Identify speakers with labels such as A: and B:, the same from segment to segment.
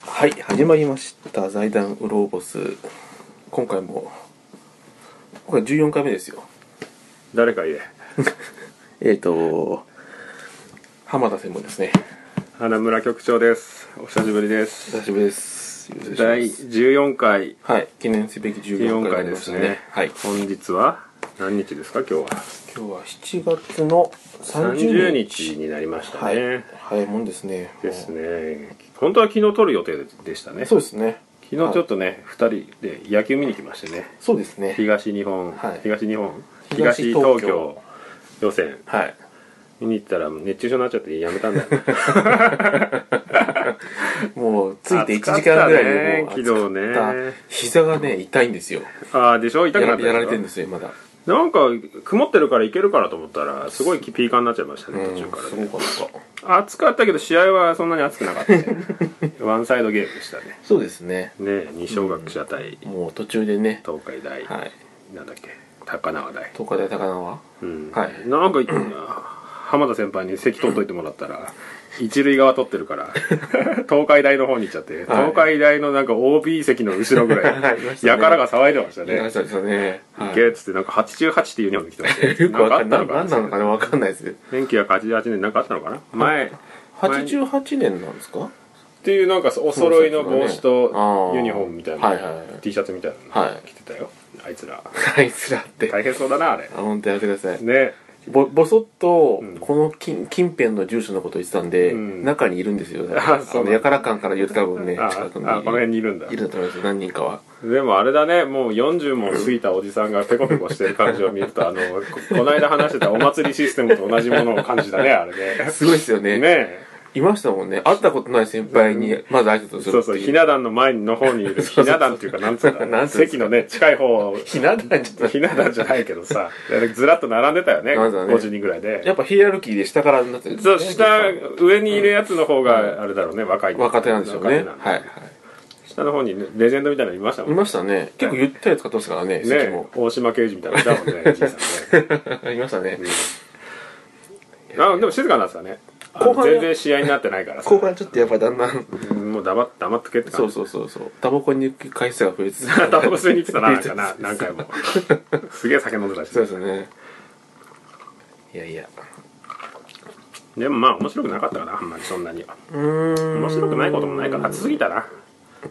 A: はい始まりました財団ウローボス今回もこれ14回目ですよ
B: 誰か言え
A: えっ、ー、と浜田専門ですね
B: 花村局長ですお久しぶりです
A: 久しぶりですよろしくお願
B: 第
A: いします
B: 14回
A: はい記念すべき14
B: 14
A: 回
B: 回
A: になり
B: で
A: まし
B: す
A: た
B: ね
A: ねはい
B: 本日は何日ですか今日は
A: 今日は7月の30
B: 30
A: 日
B: 日になりました
A: はい
B: ね、
A: 早いもんですね
B: です
A: も
B: ね本当は昨日撮る予定でしたね
A: うそう
B: 昨
A: ですね
B: 日ちょっとね、二人で野球見に来ましてね
A: そうですね
B: 東日本、
A: はい
B: 東日本
A: 東
B: 東
A: 東
B: 東
A: 京
B: 京予選
A: はい
B: 見に行ったらもう熱中症になっちゃってやめたんだよ ね
A: もうついて1時間ぐらいでもう暑か
B: 暑かったね
A: った
B: 昨日ね
A: 膝がね痛いんですよ
B: ああでしょ痛
A: や
B: くなっ
A: ら
B: た
A: やられて
B: る
A: るんですよまだ
B: なんか曇ってるからいけるからと思ったらすごいピーカンになっちゃいましたね
A: うん
B: 途中から、
A: す
B: ね
A: ごかった
B: 暑かったけど試合はそんなに暑くなかった ねワンサイドゲームでしたね
A: そうですね
B: ね二松学舎対
A: もう途中でね、
B: 東海大、
A: はい、
B: なんだっけ高輪大、
A: 東海大高輪は
B: うん
A: はい
B: なんか浜田先輩に席取っといてもらったら一塁側取ってるから 東海大の方に行っちゃって、東海大のなんか OB 席の後ろぐらい、
A: はいいましたね
B: やからが騒いでました
A: いらっ
B: ね
A: しゃいましたね。
B: 行
A: は
B: けっつってなんか88っていうユニフォーム着てまし
A: い
B: た
A: よくわかんない。
B: んかあ
A: な
B: っ
A: ん
B: た
A: な
B: の
A: の
B: かな
A: かなわかんないです。
B: 1988年なんかあったのかな前っ
A: 88年なんですか
B: ていうなんかお揃いの帽子とユニフォームみたいな、
A: はいはいはい
B: T シャツみたいな
A: はい
B: の着てたよあいつら
A: あいつらって。あ、
B: 大変そうだなあれ
A: 本当やめてください。
B: ね
A: ぼ、ぼそっと
B: ん、
A: この近近辺の住所のこと言ってたんで、
B: うん
A: 中にいるんですよ。
B: あそうなんだ
A: の、やから感から言うと多分ね、
B: ああ
A: 近くに。
B: この辺にいるんだ
A: いると思いますよ何人かは。
B: でもあれだねもう40も過ぎたおじさんがペコペコしてる感じを見るとあのここの間話してたお祭りシステムと同じものを感じたねあれね
A: すごいですよ ね。
B: ねえ
A: いましたもんね。会ったことない先輩に、まず挨拶をす
B: そ
A: る
B: う
A: って
B: そう
A: いう。
B: ひな壇の前の方にいるひな壇っていうかなんつう
A: なん
B: か
A: つうんですか
B: 席のね近い方
A: ひな壇じゃない
B: ひな壇じゃないけどさずらっと並んでたよね
A: 並んでたね
B: 50人ぐらいで
A: やっぱヒエラルキーで下からになってるんです
B: そ
A: ね
B: う下上にいるやつの方があれだろうね若い
A: 若手なんでしょうね。はい
B: 若手なんだ
A: はい。
B: 下の方にねレジェンドみたいなのいましたも
A: い
B: ん
A: ましたね。結構ゆったり使ってましたからね、席
B: ね
A: も。
B: 大島刑事みたいなのいたもんねじいさんね
A: いましたね。
B: あでも静かなんですかねあ
A: 後
B: の
A: 半
B: 全然試合になってないからさ
A: 後半ちょっとやっぱりだんだん、
B: もう黙っ黙っとけって
A: そ
B: 感
A: う
B: じ
A: そうそうそう。タバコに行く回数が 増えつつ。
B: タバコ吸いに行ってたななん かな何回もすげえ酒飲んでたし
A: そうですね。いやいや。
B: でもまあ面白くなかったかなあんまりそんなには
A: うーん。
B: 面白くないこともないから暑すぎたな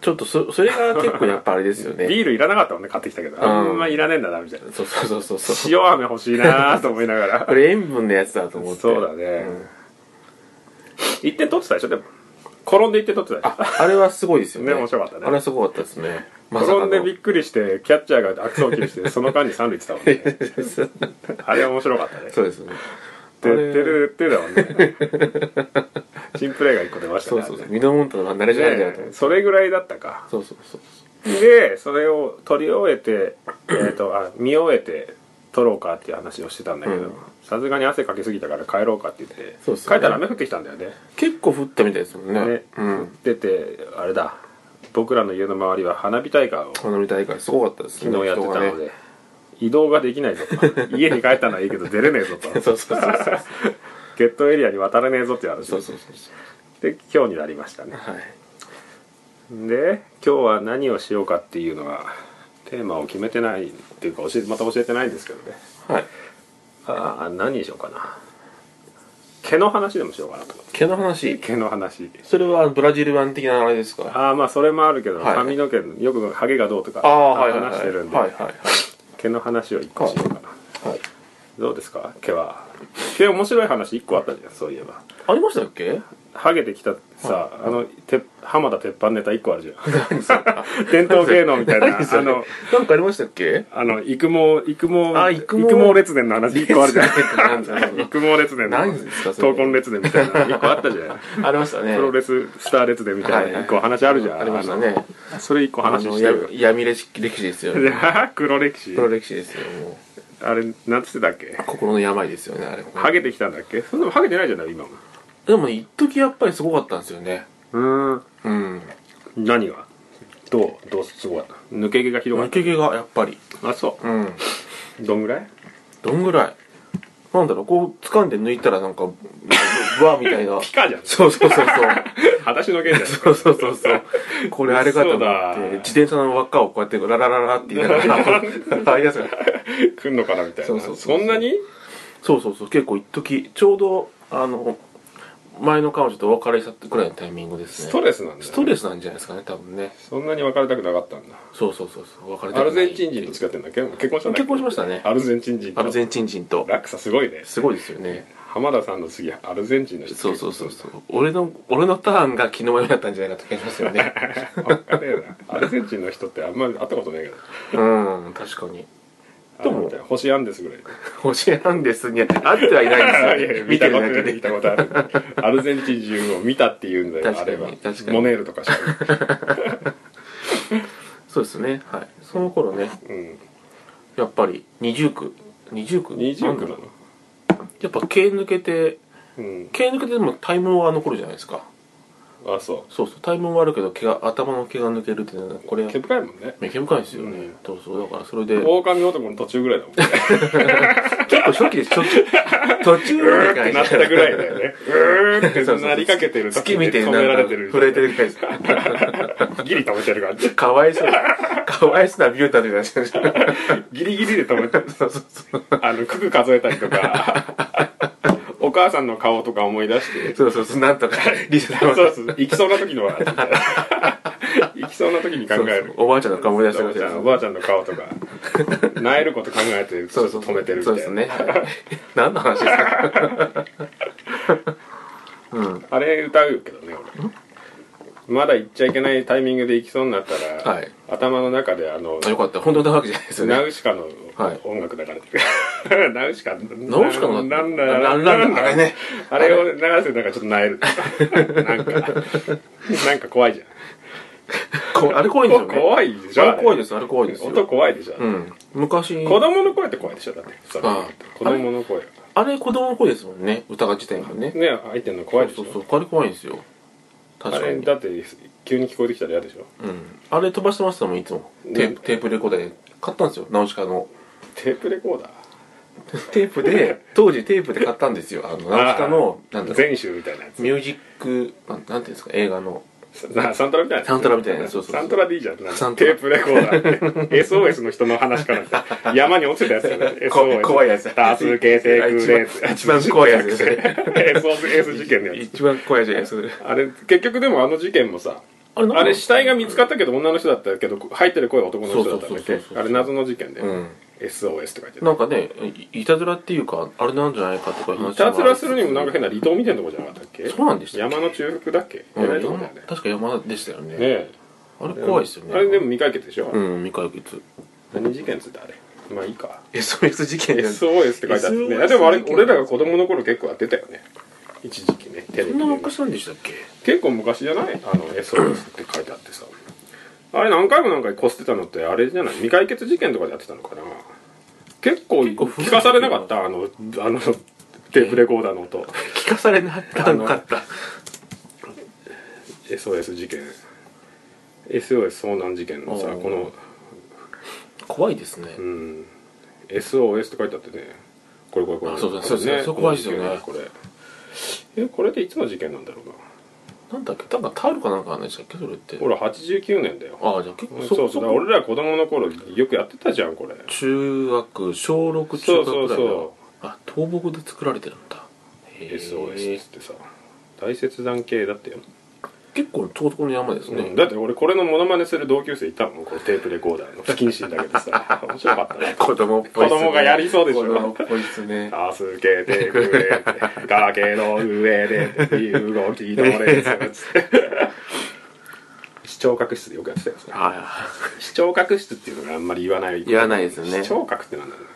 A: ちょっとそ、それが結構やっぱあれですよね。
B: ビー ルいらなかったもんね買ってきたけどあんまいらねえんだなみたいな
A: そうそうそうそうそう。
B: 塩飴欲しいなと思いながら
A: これ塩分のやつだと思って。
B: そうだね、一点取ってたでしょでも転んで一点取ってたでしょ
A: あ、あれはすごいですよね。
B: ね面白かったね
A: あれはすごかったですね。まさか
B: 転
A: の
B: んでびっくり してキャッチャーが悪送球してその間に三塁行ってたもんねあれは面白かったね
A: そうですね。
B: 「てってるって」だもんね新プレーが一個出ました
A: そ
B: ね
A: うそうそう。身のもんとの慣れじゃないんだよと思っ
B: ね
A: て。
B: それぐらいだったか
A: そうそうそう。
B: でそれを取り終えて、えー、とあ見終えて取ろうかっていう話をしてたんだけ
A: うん
B: どさすがに汗かけすぎたから帰ろうかって言って
A: そうっすね
B: 帰ったら雨降ってきたんだよね
A: 結構降ったみたいですもんね
B: ね、
A: うん
B: 出てあれだ僕らの家の周りは花火大会を
A: 花火大会すごかったですね
B: 昨日やってたの
A: 人が
B: で、
A: ね
B: 移動ができないぞと家に帰ったのはいいけど出れねえぞと
A: そうそうそうそう
B: ゲットエリアに渡れねえぞって話
A: そうそうそうそ
B: で今日になりましたね
A: うはい
B: で今日は何をしようかっていうのはテーマを決めてないっていうか教えまた教えてないんですけどね
A: はい
B: ああ何にしようかな毛の話でもしようかなと思って
A: 毛の話
B: 毛の話
A: それはブラジル版的なあれですか
B: ああまあそれもあるけど、
A: はい
B: 髪の毛のよくハゲがどうとか
A: ああはいはいはい
B: 話してるんで、
A: はいはい
B: 毛の話を一個しようかな
A: はいはい
B: どうですか毛は毛面白い話一個あったじゃんそういえば
A: ありましたっけ
B: ハゲてきたさ、あのて浜田鉄板ネタ一個あるじゃ
A: 何それ
B: ん伝統芸能みたいなあ
A: 何それ
B: の
A: なんかありましたっけ
B: あの育毛育毛
A: あ育毛
B: 列伝の話一個あるじゃん
A: なんだろう
B: 育毛列伝の
A: 何ですかそれ
B: 闘魂列伝みたいな一個あったじゃん
A: ありましたね
B: プロレススター列伝みたいな一個話あるじゃん、
A: ありましたね
B: あのそれ一個
A: あ
B: 話
A: の
B: して
A: や
B: る
A: 闇歴史ですよね
B: よ 黒歴史
A: プロ歴史ですよもう
B: あれなんつってたっけ
A: 心の病ですよねあれ
B: ハゲてきたんだっけそんなのハゲてないじゃない今も
A: でも一時やっぱりすごかったんですよね
B: うん
A: うん
B: 何がどうどうすごかった抜け毛がひどかっ
A: 抜け毛がやっぱり
B: たあそ
A: うん
B: うどんぐらい
A: どんぐらいなんだろうこう掴んで抜いたらなんかブわみたいな
B: ピカじゃん
A: そうそうそうそう
B: 裸足の剣じゃん
A: そうそうそうそうこれあれかと思って
B: 嘘だ
A: 自転車の輪っかをこうやってララララって言いながらあいやつが
B: 来んのかなみたいな
A: そうそうそう
B: そんなに
A: そうそうそう結構一時ちょうどあの前の彼女とお別れしたくらいのタイミングですね
B: ストレスなんだ、ね、
A: ストレスなんじゃないですかね多分ね
B: そんなに別れたくなかったんだ
A: そうそうそうそう別れた
B: ア
A: くな
B: ル
A: い
B: ゼンチン人と付き合ってんだっけ結婚したんだっけ
A: 結婚しましたね
B: アルゼンチン人と
A: アルゼンチン人と
B: 落差すごいね
A: すごいですよね
B: 浜田さんの次アルゼンチンの人
A: そうそうそうそう俺の俺のターンが昨日になったんじゃないかって感じますよね
B: わかんねえなアルゼンチンの人ってあんまり会ったことないけど
A: うん確かに でも
B: あの星アンデスぐらい
A: 星アンデスに会ってはいないん ですよ見
B: 見
A: て
B: たこ
A: る
B: とあ
A: だけ
B: る
A: で
B: 見たことあるアルゼンチン人を見たっていうんだよあ
A: 確か
B: れ
A: に
B: ば
A: 確かに
B: モネールとかしか
A: そうですねはいその頃ね
B: うん
A: やっぱり二重苦二重苦
B: 二重苦なの
A: やっぱ毛抜けて
B: うん
A: 毛抜けてでも体毛は残るじゃないですか
B: あそ
A: そうそう体毛はあるけど毛が頭の毛が抜けるっていうのはこれ
B: う毛深いもんね
A: 目毛深いんですよね、
B: うん
A: そうそうだからそれで
B: 狼男の途中ぐらいだもんね
A: 結構初期です初期 途中
B: う
A: まで
B: ーっ
A: 感
B: て
A: じ
B: なったぐらいだよねうーってなりかけてる
A: 月
B: 時に
A: 見て
B: 止
A: な
B: めら
A: ん
B: れ
A: か
B: てる
A: 震えてるぐらいです
B: ギリ止めてる感じ
A: かわいそうだかわいそうなビュータみたい な感じ
B: ギリギリで止めてる
A: そうそうそう
B: あの九九数えたりとか お母さんの顔とか思い出して
A: そうそうそうなんとかリセット
B: そうそう行きそうな時のは 行きそうな時に考える
A: おばあちゃんの顔思い出して
B: お
A: ま
B: ばあ
A: した
B: ちゃんおばあちゃんの顔と か萎えること考えてち
A: そ
B: ょ
A: う
B: っ
A: そ
B: と
A: うそ
B: 止
A: う
B: めてるみた
A: そ
B: いうな
A: ですねはい何の話ですかうん
B: あれ歌うけどね俺まだ行っちゃいけないタイミングで行きそうになったら、
A: はい
B: 頭の中であの
A: あよかった本当のわけじゃないですよ
B: ナ
A: ね
B: ウシカの
A: はい
B: 音楽流れて る、ナウシカナ
A: ナウシカの
B: なんだ
A: ランランランあれね
B: あれを流すとなんかちょっと萎 えるなんかなんか怖いじゃん
A: こあれ怖いんですよね
B: 怖いでしょ
A: あれ怖いですあれ怖いですよ
B: 音怖いでしょ、
A: うん昔
B: 子供の声って怖いでしょだってそれ
A: あ
B: 子供の声
A: あれ子供の声ですもんね歌が自体がね
B: ね入ってんの
A: そ
B: 怖いうでし
A: そ
B: ょ
A: うそうあれ怖いんですよ確
B: あ
A: か
B: れ
A: に
B: だって急に聞こえてきたら嫌でしょ
A: うんあれ飛ばしてましたもんいつも
B: ね
A: テープテープレコーダーで買ったんですよナウシカの
B: テープレコーダー
A: テープで 当時テープで買ったんですよあのナウシカの
B: あー
A: なんだろう
B: 全集みたいなやつ
A: ミュージックなんなんていうんですか映画の
B: なサントラみたいなやつ
A: サントラみたいなそうそうそう
B: サントラでいいじゃんなん
A: サント
B: かテ
A: ラ
B: ープレコーダ ーって SOS の人の話かなんか山に落ちてたやつだよね SOS
A: 怖いやつ
B: 助けてくれって
A: 一番一番怖いやつですね
B: SOS 事件のやつ
A: 一番怖いじゃないですか
B: あれ結局でもあの事件もさ
A: あれ
B: あれ死体が見つかったけど女の人だったけど入ってる声は男の人だったんだ
A: そう
B: っ
A: そうそう
B: け
A: そうそう
B: あれ謎の事件で、
A: うん
B: SOS とか言って
A: なんかねいいたずらっていうかあれなんじゃないかとかいう話もあ
B: たいたずらするにもなんか変な離島みたいなとこじゃなかったっけ
A: そうなんでしたっけ
B: 山の中腹だっけ
A: うん
B: 偉いとこだよねね
A: 確か山でしたよね
B: え
A: あれ怖いですよね
B: あれでも未解決でしょ、
A: うん未解決
B: 何事件っつってあれまあいいか
A: SOS 事件
B: SOS って書いてある
A: SOS
B: ねでもあれ俺らが子供の頃結構やってたよね一時期ねテレ
A: そ
B: ビで
A: んな
B: ね
A: 昔なんでしたっけ
B: 結構昔じゃないあの SOS って書いてあってさあれ何回も何回こすってたのってあれじゃない未解決事件とかでやってたのかな結構
A: 結構古い
B: 聞かされなかったあのあのテープレコーダーの音
A: 聞かされなかったなかった
B: SOS 事件 SOS 遭難事件のさ
A: あー
B: この、
A: 怖いですね、
B: うん、SOS って書いてあってねこれこれこれ
A: あそうそう
B: これ
A: そうそう怖いですよね
B: これえこれっていつの事件なんだろうな
A: なんだっけなんかタオルかなんかなんでしたっけそれって
B: ほら89年だよ
A: ああじゃあ結構
B: そうそう
A: そ
B: だから
A: こ
B: 俺ら子供の頃よくやってたじゃんこれ
A: 中学小6中学ぐらいの
B: そうそうそう
A: あ倒木で作られてるんだへえ
B: SOS っつってさ大切断系だってよ、
A: 結構遠くの山ですね、
B: うんだって俺これのモノマネする同級生いたもんこのテープレコーダーの不謹慎だけ どさ面白かったね
A: 子供っぽいっすね
B: 子供がやりそうでしょ
A: 子供っぽいっすね
B: 助けてくれ崖の上で動きのれつって視聴覚室でよくやってたやつね
A: あ
B: 視聴覚室っていうのがあんまり言わない
A: 言わないですよね
B: 視聴覚ってなんだろうな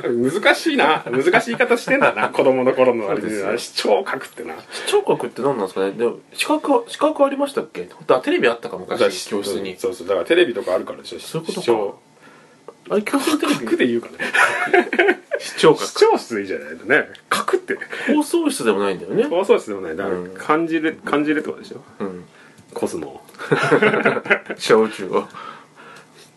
B: な難しいな難しい言い方してんだな子供の頃のあれ
A: そうです
B: で
A: よ
B: 視聴覚ってな
A: あ聴覚って何なんですかねでも視覚は視覚ありましたっけあテレビあったか昔教室に
B: そうそうだからテレビとかあるからでしょ
A: そういうことか
B: 視聴
A: あれ教室のテレビ
B: 覚で言うかね
A: 視聴
B: 視
A: 覚
B: 聴室でいいじゃないのね覚って
A: 放送室でもないんだよね
B: 放送室でもないだから
A: うん
B: 感じる感じるってことでしょ
A: うん
B: コスモ
A: 小中を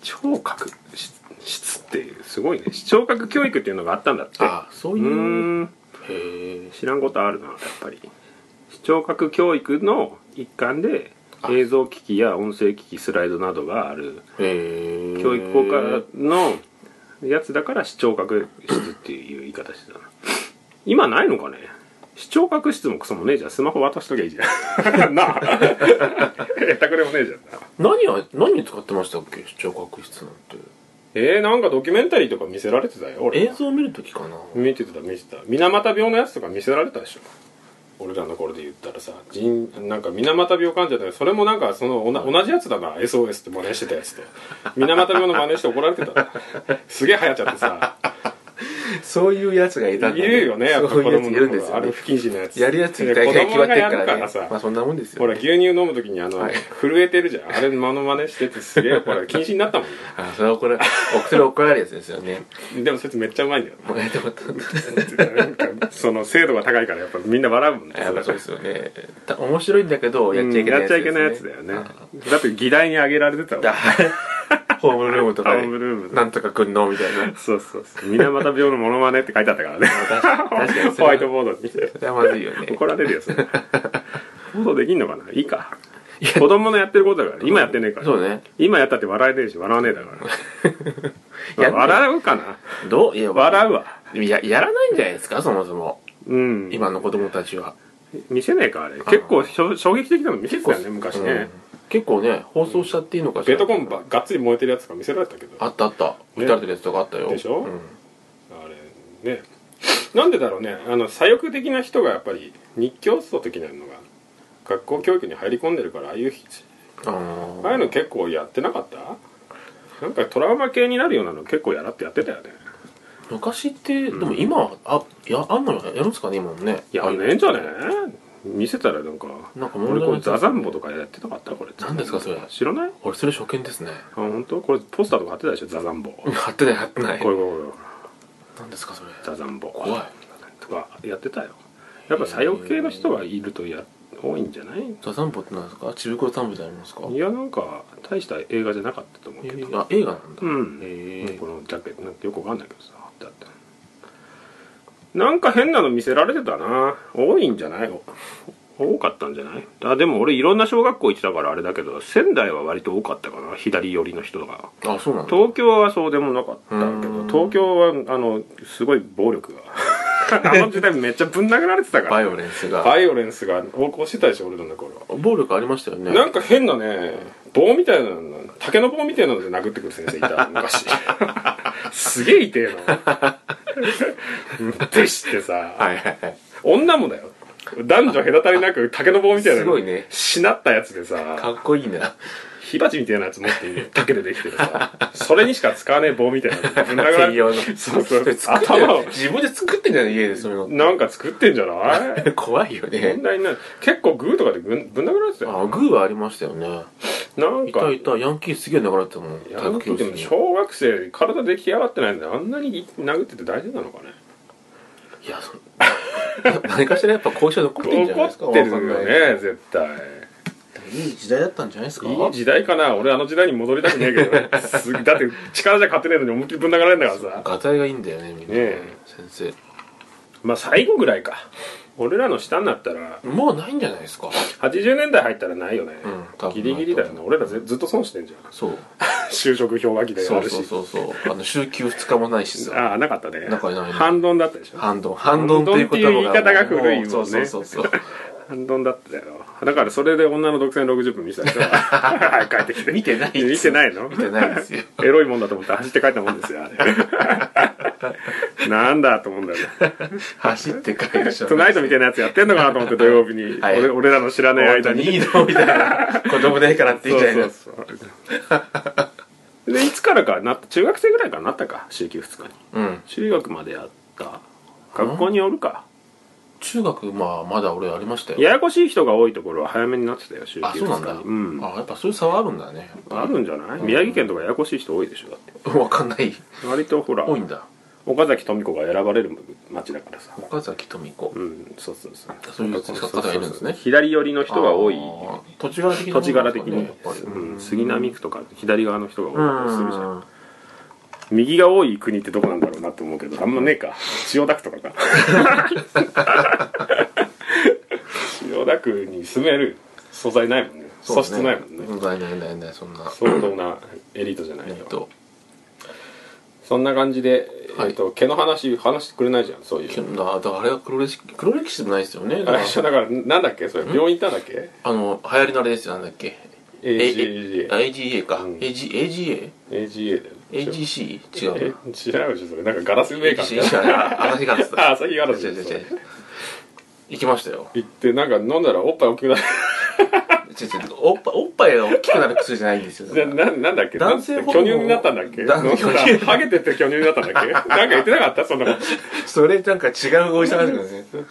B: 聴覚し質ってすごいね視聴覚教育っていうのがあったんだって
A: ああそう
B: う
A: いう
B: ーん
A: へえ
B: 知らんことあるなやっぱり聴覚教育の一環で映像機器や音声機器スライドなどがある
A: えー、
B: 教育効果のやつだから視聴覚室っていう言い方してたな今ないのかね視聴覚室もクソもねえじゃんスマホ渡しときゃいいじゃ んなあやったくれもねえじゃんな
A: 何は何に使ってましたっけ視聴覚室なんて
B: えー、なんかドキュメンタリーとか見せられてたよ俺
A: 映像を見るときかな
B: 見てた見てた水俣病のやつとか見せられたでしょ俺らの頃で言ったらさ人なんか水俣病患者でそれもなんかそのおな同じやつだな SOS って真似してたやつと水俣病の真似して怒られてたなすげえ流行っちゃっ てさ
A: そういうやつがいたんだ
B: いるよねやっぱ
A: そういうや
B: 子
A: つ
B: 供
A: い
B: の
A: るんです
B: あ
A: よ
B: れ
A: ね
B: 不謹慎なやつ
A: やるやつに
B: で
A: 大
B: 子
A: 体決
B: 供
A: まっ
B: が
A: て
B: や
A: る
B: る
A: か
B: からら
A: ね
B: さ、
A: まあそんなもんですよ
B: ほら牛乳飲む時にあの、
A: はい
B: 震えてるじゃんあれモノマネしててすげえこれ禁止になったもんね
A: あそれはこれ おそれ怒られるやつですよね
B: でもそいつめっちゃうまいんだよ
A: もらえてもらった
B: なんかその精度が高いからやっぱみんな笑うもんね
A: やっぱそうですよねた面白いんだけどやっちゃいけない
B: やっちゃいけないやつだよねだって議題に挙げられてたもん
A: だホームルームとかで
B: ホームルーム
A: なんとかくんのみたい な
B: そうそうそう水俣病のモノマネって書いてあったからね
A: 確かにそ
B: ホワイ
A: れ
B: ト
A: は
B: ボードに
A: それはまずいよね
B: 怒られるよそ れ放送できんのかないいか子供のやってることだからね今やってねえから
A: そうね
B: 今やったって笑えねえし笑わねえだか ら
A: や
B: まあ笑うかな
A: どういや
B: 笑うわ
A: いややらないんじゃないですかそもそも
B: うん
A: 今の子供たちは
B: 見せねえかあれ結構しょ衝撃的なの見せてたよね昔ね、
A: うん結構ね放送しちゃっていいのかしら
B: ベトコンバがっつり燃えてるやつとか見せられたけど
A: あったあった
B: ね
A: 撃たれてるやつとかあったよ
B: でしょ
A: うん
B: あれねなんでだろうねあの左翼的な人がやっぱり日教祖的なのが学校教育に入り込んでるからああいう
A: あ
B: ああいう
A: の
B: の結構やってなかったなんかトラウマ系になるようなの結構やらってやってたよね
A: 昔ってでも今はあやあんのやるんですかね今もね
B: やんねえんじゃねえ見せたらなんか
A: なんか問
B: 俺
A: 題
B: こ
A: なや
B: れ
A: つですね
B: ザザンボとかやってなかったこれ
A: 何ですかそれ
B: 知らないあ
A: 俺それ初見ですね
B: 本当これポスターとか貼ってたでしょザザンボこれ
A: 貼ってない貼ってない
B: これこ
A: 何ですかそれ
B: れザザンボ
A: 怖い
B: とかやってたよやっぱ左翼系の人がいるとや多いんじゃない
A: ザ・散歩って何ですかちびくろ散歩ってありますか
B: いやなんか大した映画じゃなかったと思う
A: え
B: けど、
A: ーあ映画なんだ
B: うん、
A: へえ
B: このジャケットなんてよくわかんないけどさだってなんか変なの見せられてたな多いんじゃないお多かったんじゃないあでも俺いろんな小学校行ってたからあれだけど仙台は割と多かったかな左寄りの人が
A: あそうなんだ
B: 東京はそうでもなかったけ
A: う
B: ど
A: ん
B: 東京はあのすごい暴力 があの時代めっちゃぶん殴られてたから
A: バイオレンスが
B: バイオレンスが横行してたでしょ俺らの頃
A: 暴力ありましたよね
B: なんか変なね棒みたいなの竹の棒みたいなので殴ってくる先生いた昔 すげえ痛えのでしてさ、
A: はいはいはい
B: 女もだよ男女隔たりなく竹の棒みたいな
A: すごいね
B: しなったやつでさ
A: かっこいいな
B: 火鉢みたいなやつ持って竹でできて るさそれにしか使わねえ棒みたいなのぶん殴ら
A: 専用
B: れ
A: の
B: そうそう
A: それ作ってんじゃ
B: 頭
A: ない
B: を
A: 自分で作ってんじゃない家でそういう
B: なんか作ってんじゃない
A: の怖いよね
B: 問題ない結構グーとかでぶんぶん殴られてたよ
A: あグーはありましたよね
B: なん
A: い
B: か
A: たいたヤンキーすげえなくなってたもん
B: いやあの時で
A: 体
B: も
A: 育教室
B: 小学生体出来上がってないんであんなに殴ってて大丈夫なのかね
A: にいやそ 何かしらやっぱ後遺症残ってるんじゃないですか
B: 怒ってるよ
A: わかんない
B: ね絶対
A: いい時代だったんじゃないですか
B: いい時代かな俺あの時代に戻りたくねえけどね すだって力じゃ勝てねえのに思いっきりぶん殴られるんだからさ
A: ガタイがいいんだよねみんな
B: ねえ
A: 先生
B: まあ最後ぐらいか俺らの下になったら
A: もうないんじゃないですか
B: 80年代入ったらないよね、
A: うん多分ない
B: ギリギリだよね俺らぜずっと損してんじゃん
A: そう
B: 就職氷河期であ
A: そう
B: るし
A: そうそうそうあの週休2日もないしさ
B: ああなかったね
A: なんかないね
B: 反論だったでしょ
A: 反動反動っていう言葉がもう
B: 反動っていう言い方が古いもんね
A: そうそうそうそう
B: 反論だったよだからそれで女の独占60分見せた人 ははい帰ってきて
A: 見てない
B: 見てないの
A: 見てないですよ
B: エロいもんだと思って走って帰ったもんです よあれなんだと思うんだよね
A: 走って帰るし
B: トゥナイトみたいなやつやってんのかなと思って土曜日に、
A: はい
B: 俺俺らの知らない間に
A: いいのみたいな子供ねえからって言いたいな
B: そうそうそうでいつからかなった中学生ぐらいからなったか週休2日に
A: うん
B: 中学までやった学校によるか
A: 中学まあまだ俺ありましたよ
B: ややこしい人が多いところは早めになってたよ週休
A: あ
B: 2日
A: そうなんだ
B: にうん
A: あやっぱそういう差はあるんだね
B: あるんじゃない宮城県とかややこしい人多いでしょだって
A: わかんない
B: 割とほら
A: 多いんだ
B: 岡崎富子が選ばれる町だからさ
A: 岡崎富子
B: うんそうそうそう
A: そういう方がいるんですね
B: 左寄りの人が多い
A: あー土地柄的なも
B: 土
A: ん
B: 地柄的
A: なん
B: に
A: ですかねやっぱり
B: うん杉並区とか左側の人が多い
A: うん
B: するじゃん右が多い国ってどこなんだろうなと思うけどあんまねえか千代田区とかか千戸田区に住める素材ないもんね
A: そうね
B: 素質ないもんね、
A: ないないないないそんな
B: 相当なエリートじゃな
A: え
B: い
A: っ
B: と
A: と
B: そんな感じで、
A: はい
B: えっと毛の話話してくれないじゃんそういう
A: だだからあれは黒歴史黒歴史でもないですよねだか
B: あれ
A: ら
B: でしょだからなんだっけそれ病院行ったんだっけ
A: あの流行りのあれですよなんだっけ
B: AGA
A: A- A- AGA か、
B: うん
A: AG
B: AGA だよ
A: AGAAGC 違う
B: え
A: な
B: 知らないでしょそれなんかガラスメーカ
A: AGC
B: ー
A: じゃないあ朝日ガラスだ
B: あ朝日ガラス
A: 違う違う違う行きましたよ
B: 行ってなんか飲んだらおっぱい大きくなる
A: 違う違うおっぱいおっぱいが大きくなる薬じゃないんですよ
B: じゃあななんだっけ
A: 男性ホルモ
B: 巨
A: ン
B: 乳になったんだっけ
A: 男
B: 飲ん
A: 性
B: だらハゲてって巨乳になったんだ っけなんか言ってなかったそんなこと
A: それなんか違うお医者さんですよ ね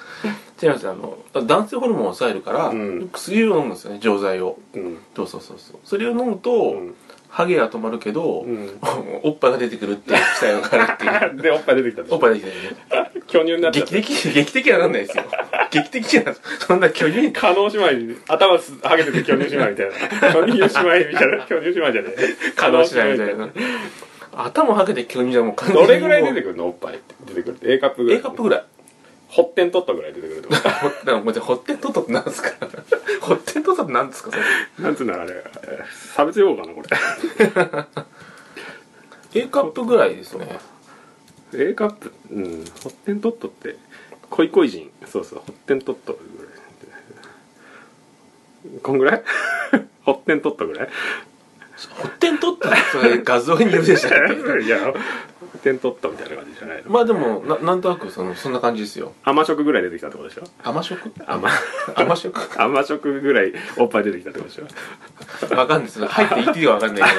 A: 違いますあの男性ホルモンを抑えるから、
B: うん
A: 薬を飲むんですよね錠剤を
B: うん
A: そうそうそうそうそれを飲むと、
B: ん
A: ハゲが止まるけど、
B: ん
A: おっぱいが出てくるっていう期待があるっていう
B: でおっぱい出てきたで し
A: お
B: ょ
A: っぱいが出てきたね
B: 巨乳になっちゃっ
A: 劇
B: た
A: 的劇的はなんないです よ劇的じゃないそんな巨乳
B: 加納姉妹に頭すハゲてて巨乳姉妹みたい な巨乳姉妹みたいな巨乳姉妹じゃねえ
A: 可能しないみたい
B: 叶姉妹
A: な頭ハゲて巨乳じゃもう完
B: どれぐらい出て
A: く
B: くるのおっぱいって出てくるって A カップぐら
A: A
B: い
A: カップぐらい
B: ほってん取ったぐらい出てくるってこ
A: ほだからごめんなさいほってんとっとってなんですか ほってんとっとってなんですかそれ
B: と なんつうのあれ差別用語かなこ
A: A カップぐらいですね
B: れ A カップうんほってん取っとって恋恋人そうそうほってん取っとぐらいこんぐらい ほってん取ったぐ らい
A: ほってんとっとってそれ画像によるでした っけ
B: いやほってん取ったみたいな感じじゃないの
A: まあでもななんとなくそのそんな感じですよ
B: 甘食ぐらい出てきたってことでしょ
A: 甘食
B: 甘
A: 甘食
B: 甘食ぐらいおっぱい出てきたってことでしょ
A: わかんないです入っていいってかわかんない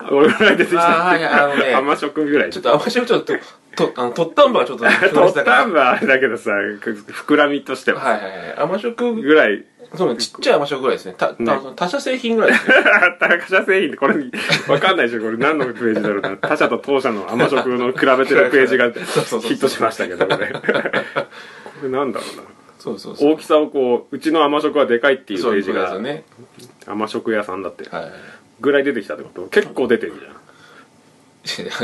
A: けど
B: 俺ぐらい出てき
A: あー
B: た
A: はいあのね
B: 甘食ぐらい
A: ちょっと甘食ちょっととあのとったんばはちょっと
B: トッタン
A: は
B: はあれだけどさ膨らみとして
A: い
B: は
A: はいはい甘食
B: ぐらい
A: そうね、ちっちゃい甘食ぐらいですね。た、た他社製品ぐらいですね。
B: 他社製品ってこれ分かんないでしょこれ何のページだろうな他社と当社の甘食の比べてるページ が
A: そうそうそうそう
B: ヒットしましたけどね これなんだろうな
A: そうそうそう。
B: 大きさをこううちの甘食はでかいっていうペ
A: そうい
B: ー
A: うこ
B: ジ
A: とです
B: が
A: よね。
B: 甘食屋さんだって
A: はい。
B: ぐらい出てきたってこと結構出てるじゃん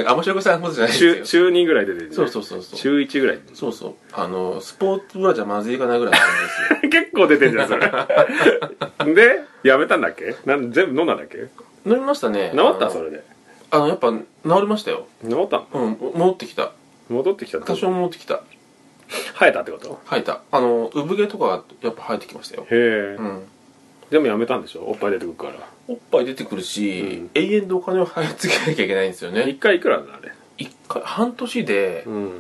A: 甘食さんほどじゃないです
B: 中
A: よ。
B: 中2ぐらい出てるじゃ
A: そ
B: ん
A: うそうそうそう。
B: 中1ぐらい
A: そうそう。あの、スポーツブラじゃまずいかなぐらいの感じですよ。
B: 結構出てんじゃん それでやめたんだっけなん全部飲んだんだっけ
A: 乗りましたね。
B: 治った
A: あの
B: それで
A: あの、やっぱ、治りましたよ。
B: 治ったの
A: うん、戻ってきた。
B: 戻ってきたって
A: 多少戻ってきた。
B: 生えたってこと
A: 生えた。あの、産毛とかがやっぱ生えてきましたよ。
B: へえ、
A: うん。
B: でもやめたんでしょおっぱい出てくるか
A: おっぱい出てくる
B: うん
A: し、永遠とお金を払い続けなきゃいけないんですよ
B: ら
A: ね。
B: 一回いくらだあれ
A: 一回、半年で
B: うん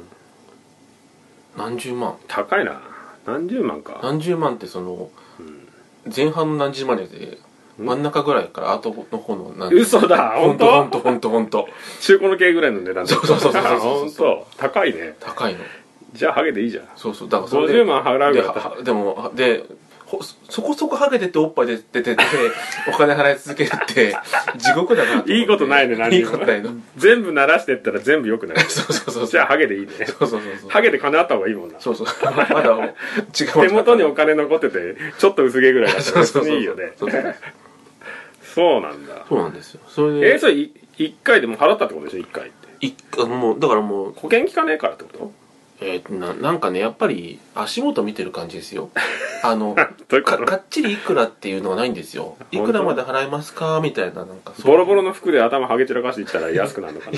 A: 何十万。
B: 高いな何十万か
A: 何十万ってその、前半の何十万じゃなくて真ん中ぐらいから後の方の何
B: 嘘だ
A: 本
B: 本
A: 当本当
B: 当
A: 本当本当
B: 中古の系ぐらいの値段
A: そうそうそうそうそう
B: 本当高いね
A: 高いの
B: じゃあハゲでいいじゃん
A: そうそうだからそれで
B: 50万払うぐ
A: で
B: らいだったら
A: はでもでほそこそこハゲてておっぱい出て てお金払い続けるって地獄だな思って
B: いいことないね何
A: い
B: に
A: い
B: も
A: ことないの
B: 全部鳴らしてったら全部良くなる
A: そうそうそう
B: じ
A: そう
B: ゃあハゲでいいね
A: そうそうそう
B: ハゲで金あった方がいいもんな
A: そうそうそうまだ違う
B: 手元にお
A: 金
B: 金残っててちょっと薄毛ぐらいだった ら
A: そうそう
B: 別
A: そう
B: にいいよね
A: そうそうそう
B: そうなんだ
A: そうなんですよそれ
B: えー、
A: で
B: それい一回でも払ったってことでしょ一回って
A: 一回もうだからもう
B: 保険効かねえからってこと
A: えーとななんかねやっぱり足元見てる感じです よあの
B: どういうこ
A: か
B: と
A: かっちりいくらっていうのはないんですよいくらまで払えますかみたいななんかそう
B: ボロボロの服で頭ハゲ散らかしていったら安くなるのか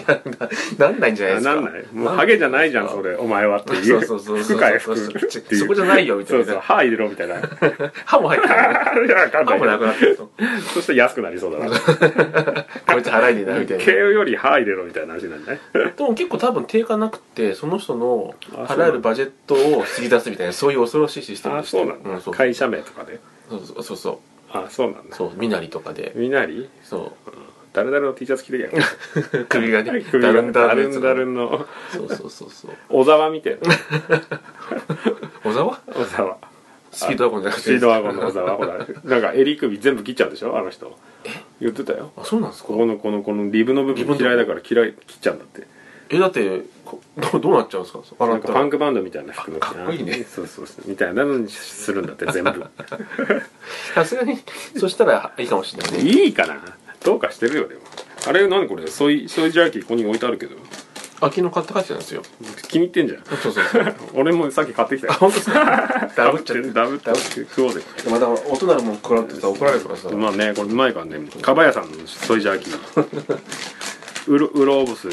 B: な
A: なんないんじゃない
B: あ
A: です
B: な
A: か
B: んないもうハゲじゃないじゃんそれお前はってい
A: そううそうそうそう
B: 服かよ
A: そ
B: 服
A: うそうそう
B: っていう
A: そこじゃないよみたいな
B: そうそう歯入れろみたいない
A: 歯も入って ない
B: やわかんな
A: 歯
B: い
A: もなくなってるとこ
B: そして安くなりそうだ な
A: いつ払いねえなみたいな
B: 毛より歯入れろみたいな話になんじゃない
A: でも結構多分定価なくてその人の
B: あそう
A: 払えるバジェットを引き出すみたいなそういう恐ろしいシステム
B: あ
A: でした
B: そ
A: よ
B: うなんだ、
A: ん、そう
B: 会社名とかで
A: そうそうそうそう
B: あそうなんだ
A: そう身なりとかで
B: みなり
A: そ
B: 誰々の T シャツ着てきゃよかった
A: う首がね
B: 首がダルンダ
A: のや
B: ル
A: つ
B: ン
A: が
B: ダルンの
A: そうそうそうそう
B: 小沢みたいな
A: 小沢
B: 小沢
A: スピードワゴンじゃなくて
B: スピードワゴンの小沢ほらなんか襟首全部切っちゃうんでしょあの人言ってたよ
A: あそうなんですか
B: ここのこのこのリブの部
A: リブの部
B: 分嫌い
A: 分
B: だから嫌い切っちゃうんだって
A: えだってこ どうどうなっちゃうんですかあ
B: な
A: なん
B: か
A: た
B: パン
A: ら
B: クバンドみたいな服の
A: かっこいいね
B: そうそうそうみたいなのにするんだって全部
A: さすがにそしたらいいかもしれないね
B: いいかなどうかしてるよでもあれ何これソイソイジャーキーここに置いてあるけど
A: あ昨日買って帰ってたんですよ
B: 気に入ってんじゃん
A: そうそうそう
B: 俺もさっき買ってきたよ
A: 本当ですかダブっち
B: ち
A: ゃ
B: ょ
A: っ
B: ってとダブって食おうぜ
A: また大人のもん食らってたら怒られるからさ
B: まあねこれうまいからねかばやさんのソイジャーキー ウロウロオブス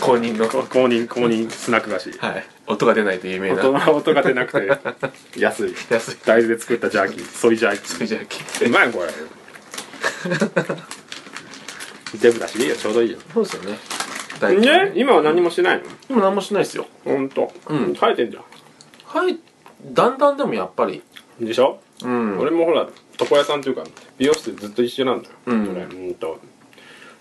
A: 公認の
B: 公認公認スナック菓子
A: はい音が出ないと有名な
B: 音が音が出な くて安い
A: 安い
B: 大豆で作ったジャーキーソイジャーキ
A: それ
B: ー
A: じゃあき
B: うまいこれデブだしいいよちょうどいいよ
A: そうですよね大体
B: ね今は何もしないの
A: 今何もしないですよ
B: ほんと
A: うん
B: 生えてんじゃん
A: はいだんだんでもやっぱり
B: でしょ
A: うん
B: 俺もほら床屋さんっていうか美容室ずっと一緒なんだよ
A: うん
B: それうんと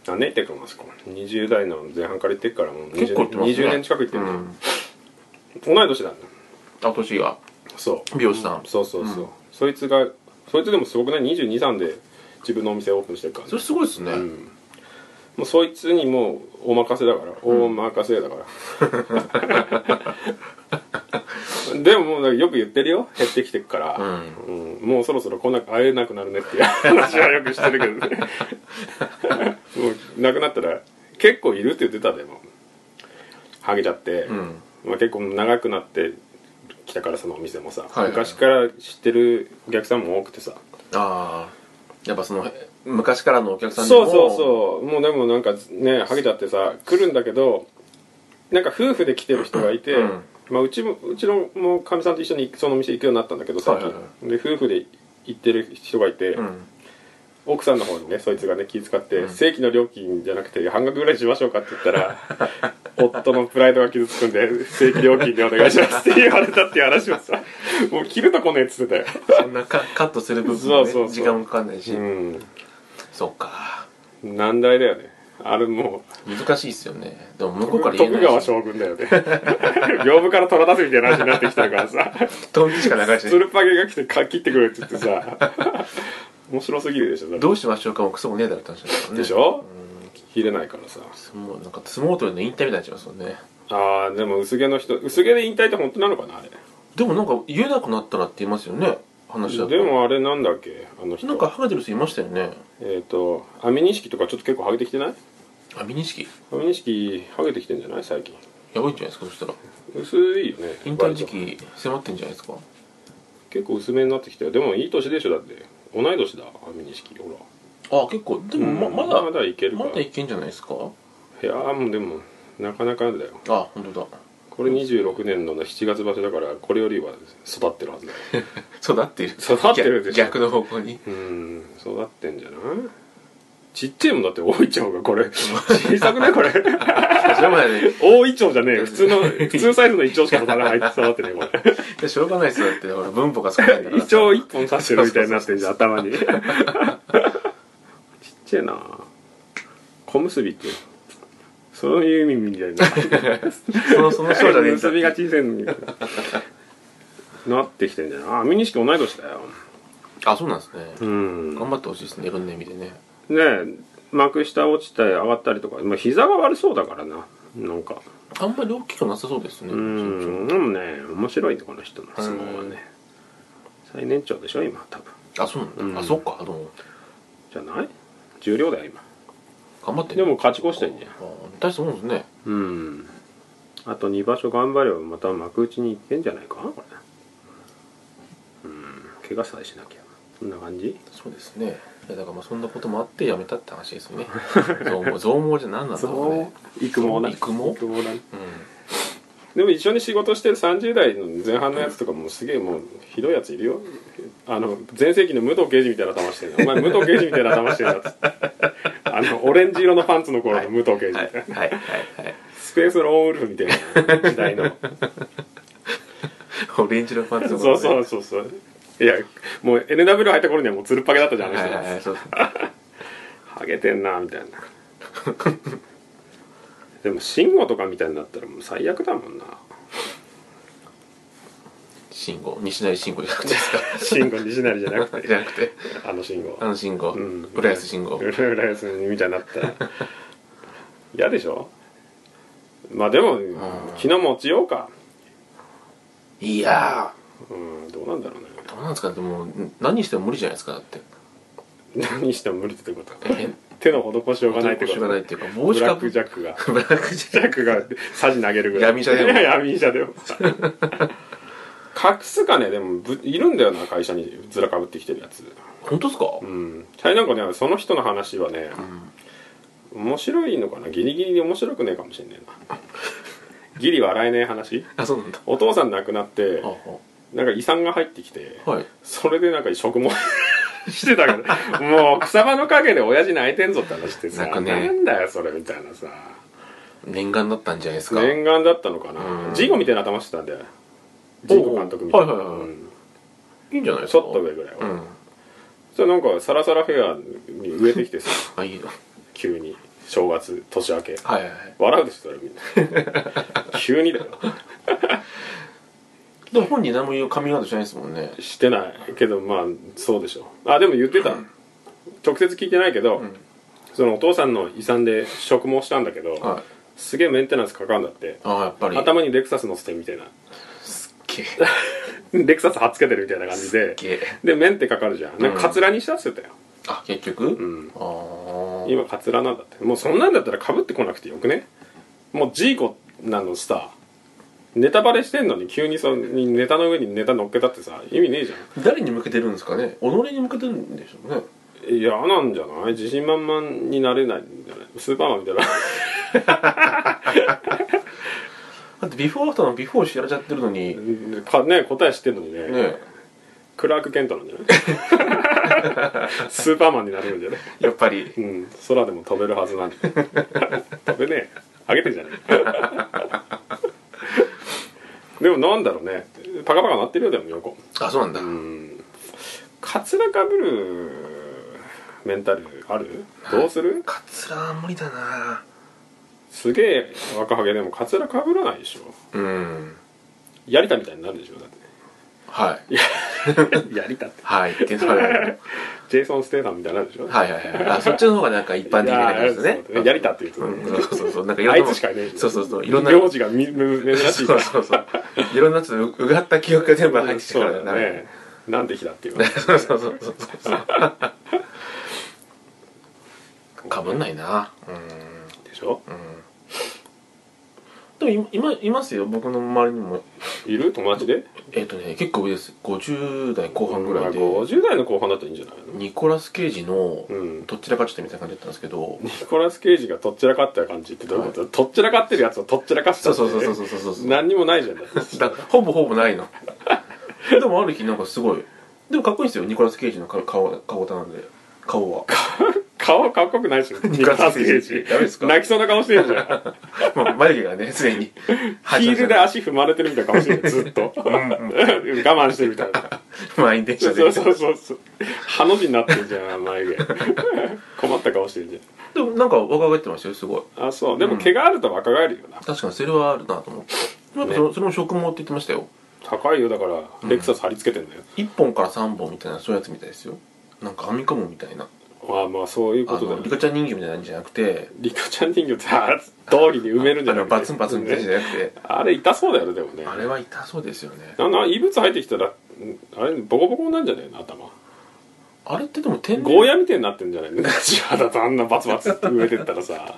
B: 何年行ってるかなあそこ20代の前半から行ってっからもう20
A: 結構行ってますね
B: 20年近く行って
A: う
B: るね
A: ん
B: 同い年なんだ
A: あ年が
B: そう
A: 美容師さん
B: そうそうそうそいつがそいつでもすごくない2 2 3で自分のお店オープンしてるからね
A: それすごいですね
B: うんもうそいつにもうお任せだから、お任せだから でももうなんかよく言ってるよ減ってきてくから、うんもうそろそろこんな会えなくなるねっていう 話はよくしてる けどねもうなくなったら結構いるって言ってたでもハゲちゃって、
A: うん
B: まあ、結構長くなってきたからそのお店もさ、
A: はいはい
B: 昔から知ってるお客さんも多くてさ、
A: ああやっぱその昔からのお客さんで
B: そ
A: も
B: うそうそうもうでもなんかねハゲちゃってさ来るんだけどなんか夫婦で来てる人がいて、
A: うん
B: まあ、うちもうちのもうかみさんと一緒にそのお店行くようになったんだけど最近、
A: はいはい
B: で夫婦で行ってる人がいて、
A: うん
B: 奥さんの方にねそいつがね気遣って、正規の料金じゃなくて半額ぐらいにしましょうかって言ったら 夫のプライドが傷つくんで正規料金でお願いしますって言われたっていう話をさもう切るとこねえっつってたよ
A: そんなカ カットする部分
B: そ
A: も
B: うそうそう
A: ね時間もかかんないし
B: うん
A: そうか
B: 難題だよねあれもう
A: 難しいっすよねでも向こうから言えな
B: 徳
A: い
B: 川
A: し
B: 将軍だ よね業務から虎出すみたいな話になってきたからさ
A: トンビしか流し
B: つ
A: てない
B: るパゲが来てか切ってくれって言って さ面白すぎるでしょそれ
A: どうしましょうかもクソもねえだろって話ですからね
B: でしょ切れないからさ
A: もうなんか相撲取りの引退みたいになっちゃいますよね
B: ああでも薄毛の人薄毛で引退って本当なのかなあれ
A: でもなんか言えなくなったらって言いますよね話だと
B: でもあれなんだっけあの人
A: なんかハゲてる人いましたよね
B: えっ、とアミニシキとかちょっと結構ハゲてきてない
A: あミニシキ
B: アミニシキハゲてきてんじゃない最近
A: やばいんじゃないですかそしたら
B: 薄いよね
A: 引退時期迫ってんじゃないですか
B: 結構薄めになってきたよでもいい年でしょだって同い年だアミニシキほら
A: あ結構でもままだ
B: まだいけるか
A: まだいけんじゃないですか
B: いやーもうでもなかなかだよ
A: あ本当だ
B: これ26年の7月場所だからこれよりは育ってるはずだよ
A: 育っている
B: 育ってるでしょ
A: 逆逆の方向に
B: うーん育ってんじゃないちっちゃいもんだって大いちょうがこれ小さくないこれ
A: それまでね
B: 大いちょうじゃねえよ普通の普通サイズのいちょうしか育たない育ってねえこれ
A: いやしょうがないですよだってほら文法が少ないんだから
B: いちょう一本刺してるみたいになってんじゃん頭にちっちゃいな小結びってそういう意味みたいな
A: そのその少女でいいんだ
B: 結 びが小さいのになってきてんじゃないあミニシキ同い年だよ
A: あそうなんですね
B: うんね
A: 頑張ってほしいですねいろんな意味でね
B: え幕下落ちたり上がったりとか、まあ、膝が悪そうだからななんか
A: あんまり大きくなさそうですね
B: うんでもね面白いねこの人の相撲はね最年長でしょ今多分
A: あそうなんだ、
B: うん
A: あそっかどうも
B: じゃない重量だよ今
A: 頑張って
B: でも勝ち越してんじゃん
A: あ大したもんですね
B: うんあと2場所頑張ればまた幕内に行けんじゃないかこれうん怪我さえしなきゃそんな感じ
A: そうですねいやだからまあそんなこともあってやめたって話ですよ ね増毛増毛じゃ何なんだろうね
B: 育毛だ
A: 育毛
B: 育毛だね
A: う
B: でも一緒に仕事してる30代の前半のやつとかもすげえもうひどいやついるよあの全盛期の武藤刑事みたいな頭してるお前武藤刑事みたいな頭してるやつ あのオレンジ色のパンツの頃の武藤刑事み
A: ん
B: た
A: はいい
B: な、
A: はいはいはい
B: スペースローンウルフみたいな時代の
A: オレンジのパンツの
B: そうそううそうそういやもう NW 入った頃にはもうつるっぱげだったじゃんあの
A: は
B: 人
A: いはいはいそう
B: ハゲてんなみたいなでも慎吾とかみたいになったらもう最悪だもんな
A: 信号西成信号じゃなくてですか
B: 慎吾西成じゃなくて
A: じゃなくて
B: あの慎吾
A: あの信号、
B: うん
A: 浦安信 号
B: うらうらやすみたいになったら嫌でしょまあでも気の持ちようか
A: いや
B: うんどうなんだろうね
A: ーどうなんですかでも何しても無理じゃないですかだって
B: 何しても無理ってこと
A: え
B: 手の施しようがないってこ
A: し
B: と
A: がないっていうか帽
B: ブ
A: 子
B: ラ
A: か
B: ックジャックが
A: ブラックジ
B: ジ
A: ャッ
B: ャックがサジ投げるぐらい
A: 闇医者でも
B: いや闇医 者でも隠すかねでもぶいるんだよな会社にずらかぶってきてるやつ
A: ク本当ですか、
B: うんはいなんかねその人の話はね、面白いのかなギリギリに面白くねえかもしんねえなギリ笑えねえ話
A: あそうなんだ
B: お父さん亡くなって
A: あ
B: なんか遺産が入ってきて
A: あはい
B: それでなんか食も してたけどもう草葉の陰で親父泣いてんぞって話してさ
A: 泣くね
B: なんだよそれみたいなさ
A: 念願だったんじゃないですか
B: 念願だったのか
A: う
B: なんジーコみたいな頭してたんだよジーコ監督みたい
A: は
B: な、
A: いはいはいはい
B: うん
A: いいんじゃないです
B: ち
A: か
B: ょっと上ぐらいは、
A: うん
B: それなんかサラサラヘアに植えて きてさ
A: あいいな
B: 急に正月年明け
A: はいはいはい
B: 笑うでしょそれみんな 急にだよ
A: でも本人何も言うカミングアウトしないですもんね
B: してないけどまあそうでしょあでも言ってた直接聞いてないけど、
A: ん
B: そのお父さんの遺産で植毛したんだけど、
A: はい
B: すげえメンテナンスかかるんだって
A: ああやっぱり
B: 頭にレクサス乗せてみたいな
A: け
B: レクサス貼っつけてるみたいな感じで
A: け
B: でメンテかかるじゃんなんかカツラにしたって言ってたよ、
A: あ結局、
B: うん
A: ああ
B: 今カツラなんだってもうそんなんだったらかぶってこなくてよくねもうジーコなのさネタバレしてんのに急にそのネタの上にネタ乗っけたってさ意味ねえじゃん
A: 誰に向けてるんですかね己に向けてるんでしょうね
B: 嫌なんじゃない自信満々になれないんじゃないスーパーマンみたいな
A: だってビフォーアフターのビフォー知られちゃってるのにね
B: かね答え知ってんのにね
A: え
B: クラーク・ケントなんじゃない スーパーマンになれるんじゃない
A: やっぱり
B: うん空でも飛べるはずなんで飛べねえあげてんじゃねえでもなんだろうねパカパカ鳴ってるよでも横
A: あそうなんだ、
B: うんカツラかぶるメンタルあるどうする
A: カツラは無理だな
B: すげえ若ハゲでもカツラかぶらないでしょ
A: うん
B: やりたみたいになるでしょだっ
A: はい
B: て やりたって
A: はいっていうのは
B: ジェイソン・ステイさんみたいになるでしょ
A: はいはいはいあそっちの方がなんか一般的な感じですね
B: いやーそうだやりたっていうと、
A: うんそうそうそうなんかいろ
B: あ
A: ん
B: い
A: な
B: つしかいない
A: そうそうそういろんな
B: 名字がみ珍しいか
A: そう
B: ら
A: そうそういろんなちょっとううがった記憶が全部入ってきた
B: そ
A: か
B: う
A: ら
B: だ
A: ダメ
B: ねなんで日だっていうの
A: そうそうそうそうそうかぶんないなうん
B: でしょ
A: でも今いますよ僕の周りにも
B: いる友達で
A: えっ、とね結構上です50代後半ぐらいで、
B: 50代の後半だといいんじゃないの
A: ニコラス・ケイジの
B: うん
A: どっちらかちょっとみたいな感じだったんですけど、
B: ニコラス・ケイジがとっちらかった感じってどういうこと、とっちらかってるやつをとっちらかした
A: そ
B: っ
A: う
B: て
A: そうそうそうそうそうそう
B: 何にもないじゃんだって
A: だほぼほぼ ないのでもある日なんかすごいでもかっこいいんですよニコラス・ケイジの顔顔顔型なんで顔は
B: 顔かっこよくないでしょニコラス・ケイジ
A: ダメですか
B: 泣きそうな顔してるじゃん
A: まあ眉毛がねす でにヒ
B: ヒールで足踏まれてるみたいな顔してるずっと 我慢してるみたいな
A: 満員電車で
B: そうそうそうそうハの字になってるじゃん眉毛困った顔してるじ
A: でもなんか若返ってましたよすごい
B: ゃんあそうでも毛があると若返るよな
A: 確かにそれはあるなと思ってなんかそ,、それも植毛って言ってましたよ
B: 高いよだからレクサス貼り付けてんだよ、
A: 1本から3本みたいなそういうやつみたいですよなんか編み込むみたいな
B: まあまあそういう
A: あ
B: ことだ
A: の
B: よ
A: リカちゃん人形みたいなんじゃなくて
B: リカちゃん人形ってあ通りに埋めるんじ
A: あ
B: ゃな
A: の
B: くて
A: バツンバツンみたいなんじゃなくて
B: あれ痛そうだよねでもね
A: あれは痛そうですよね
B: なな異物入ってきたらんあれボコボコになんじゃねえの頭
A: あれってでも天然
B: ゴーヤみたいになってんじゃないの 地肌とあんなバツバツって植えてったらさ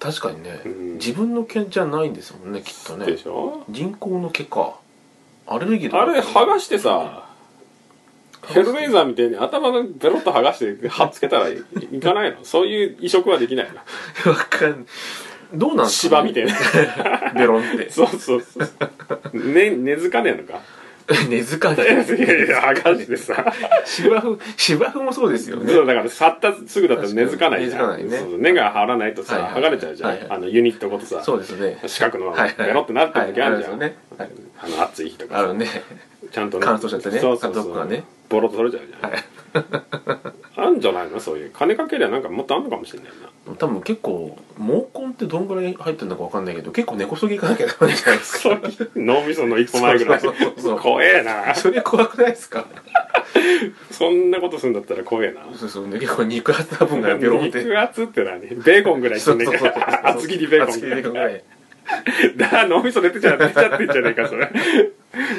A: 確かにね、
B: うん
A: 自分の毛じゃないんですもんねきっとね
B: でしょ
A: 人工の毛かアレルギーとか
B: あれ剥がしてさヘルレイザーみたいに頭のベロッと剥がして貼っつけたらいいかないのそういう移植はできないの
A: わかんどうなんす
B: 芝
A: か、
B: みたいな
A: ベロンって
B: そうそうそう、ね、根付かねえのか
A: 根付かない
B: いやいや剥がしてさ
A: 芝生芝生もそうですよね
B: そうだから触ったすぐだったら根付かないじゃん
A: 確かに根付かないね
B: そうそう根が張らないとさ、
A: はいはい
B: 剥がれちゃうじゃん、
A: はいはい
B: あのユニットごとさ
A: そうですね
B: 四角の
A: はいはい
B: ベロってなってる時あ
A: はいある
B: るじゃん、
A: んですよね
B: あの暑い日とか
A: あ
B: さ
A: るね
B: ちゃんと
A: 乾燥しちゃってね
B: そうそう
A: あ
B: そ
A: ど
B: う
A: っかね
B: ボロッと取れちゃうじゃん、あんじゃないのそういう金かけりゃなんかもっとあんのかもしれないな
A: 多分結構毛根ってどんぐらい入ってるのかわかんないけど結構根こそぎいかなきゃダメじゃないですか
B: そう脳みその一個前ぐらい
A: そうそうそうそう
B: 怖えな
A: それ怖くないですか
B: そんなことするんだったら怖えな
A: そうそう結構肉厚な分がベロンって
B: 肉厚って何ベーコンぐらいしてんねん
A: そうそうそう
B: 厚切りベーコン
A: 厚切りベーコンぐらい
B: だ脳みそ出てちゃ出ちゃってんじゃねえかそれ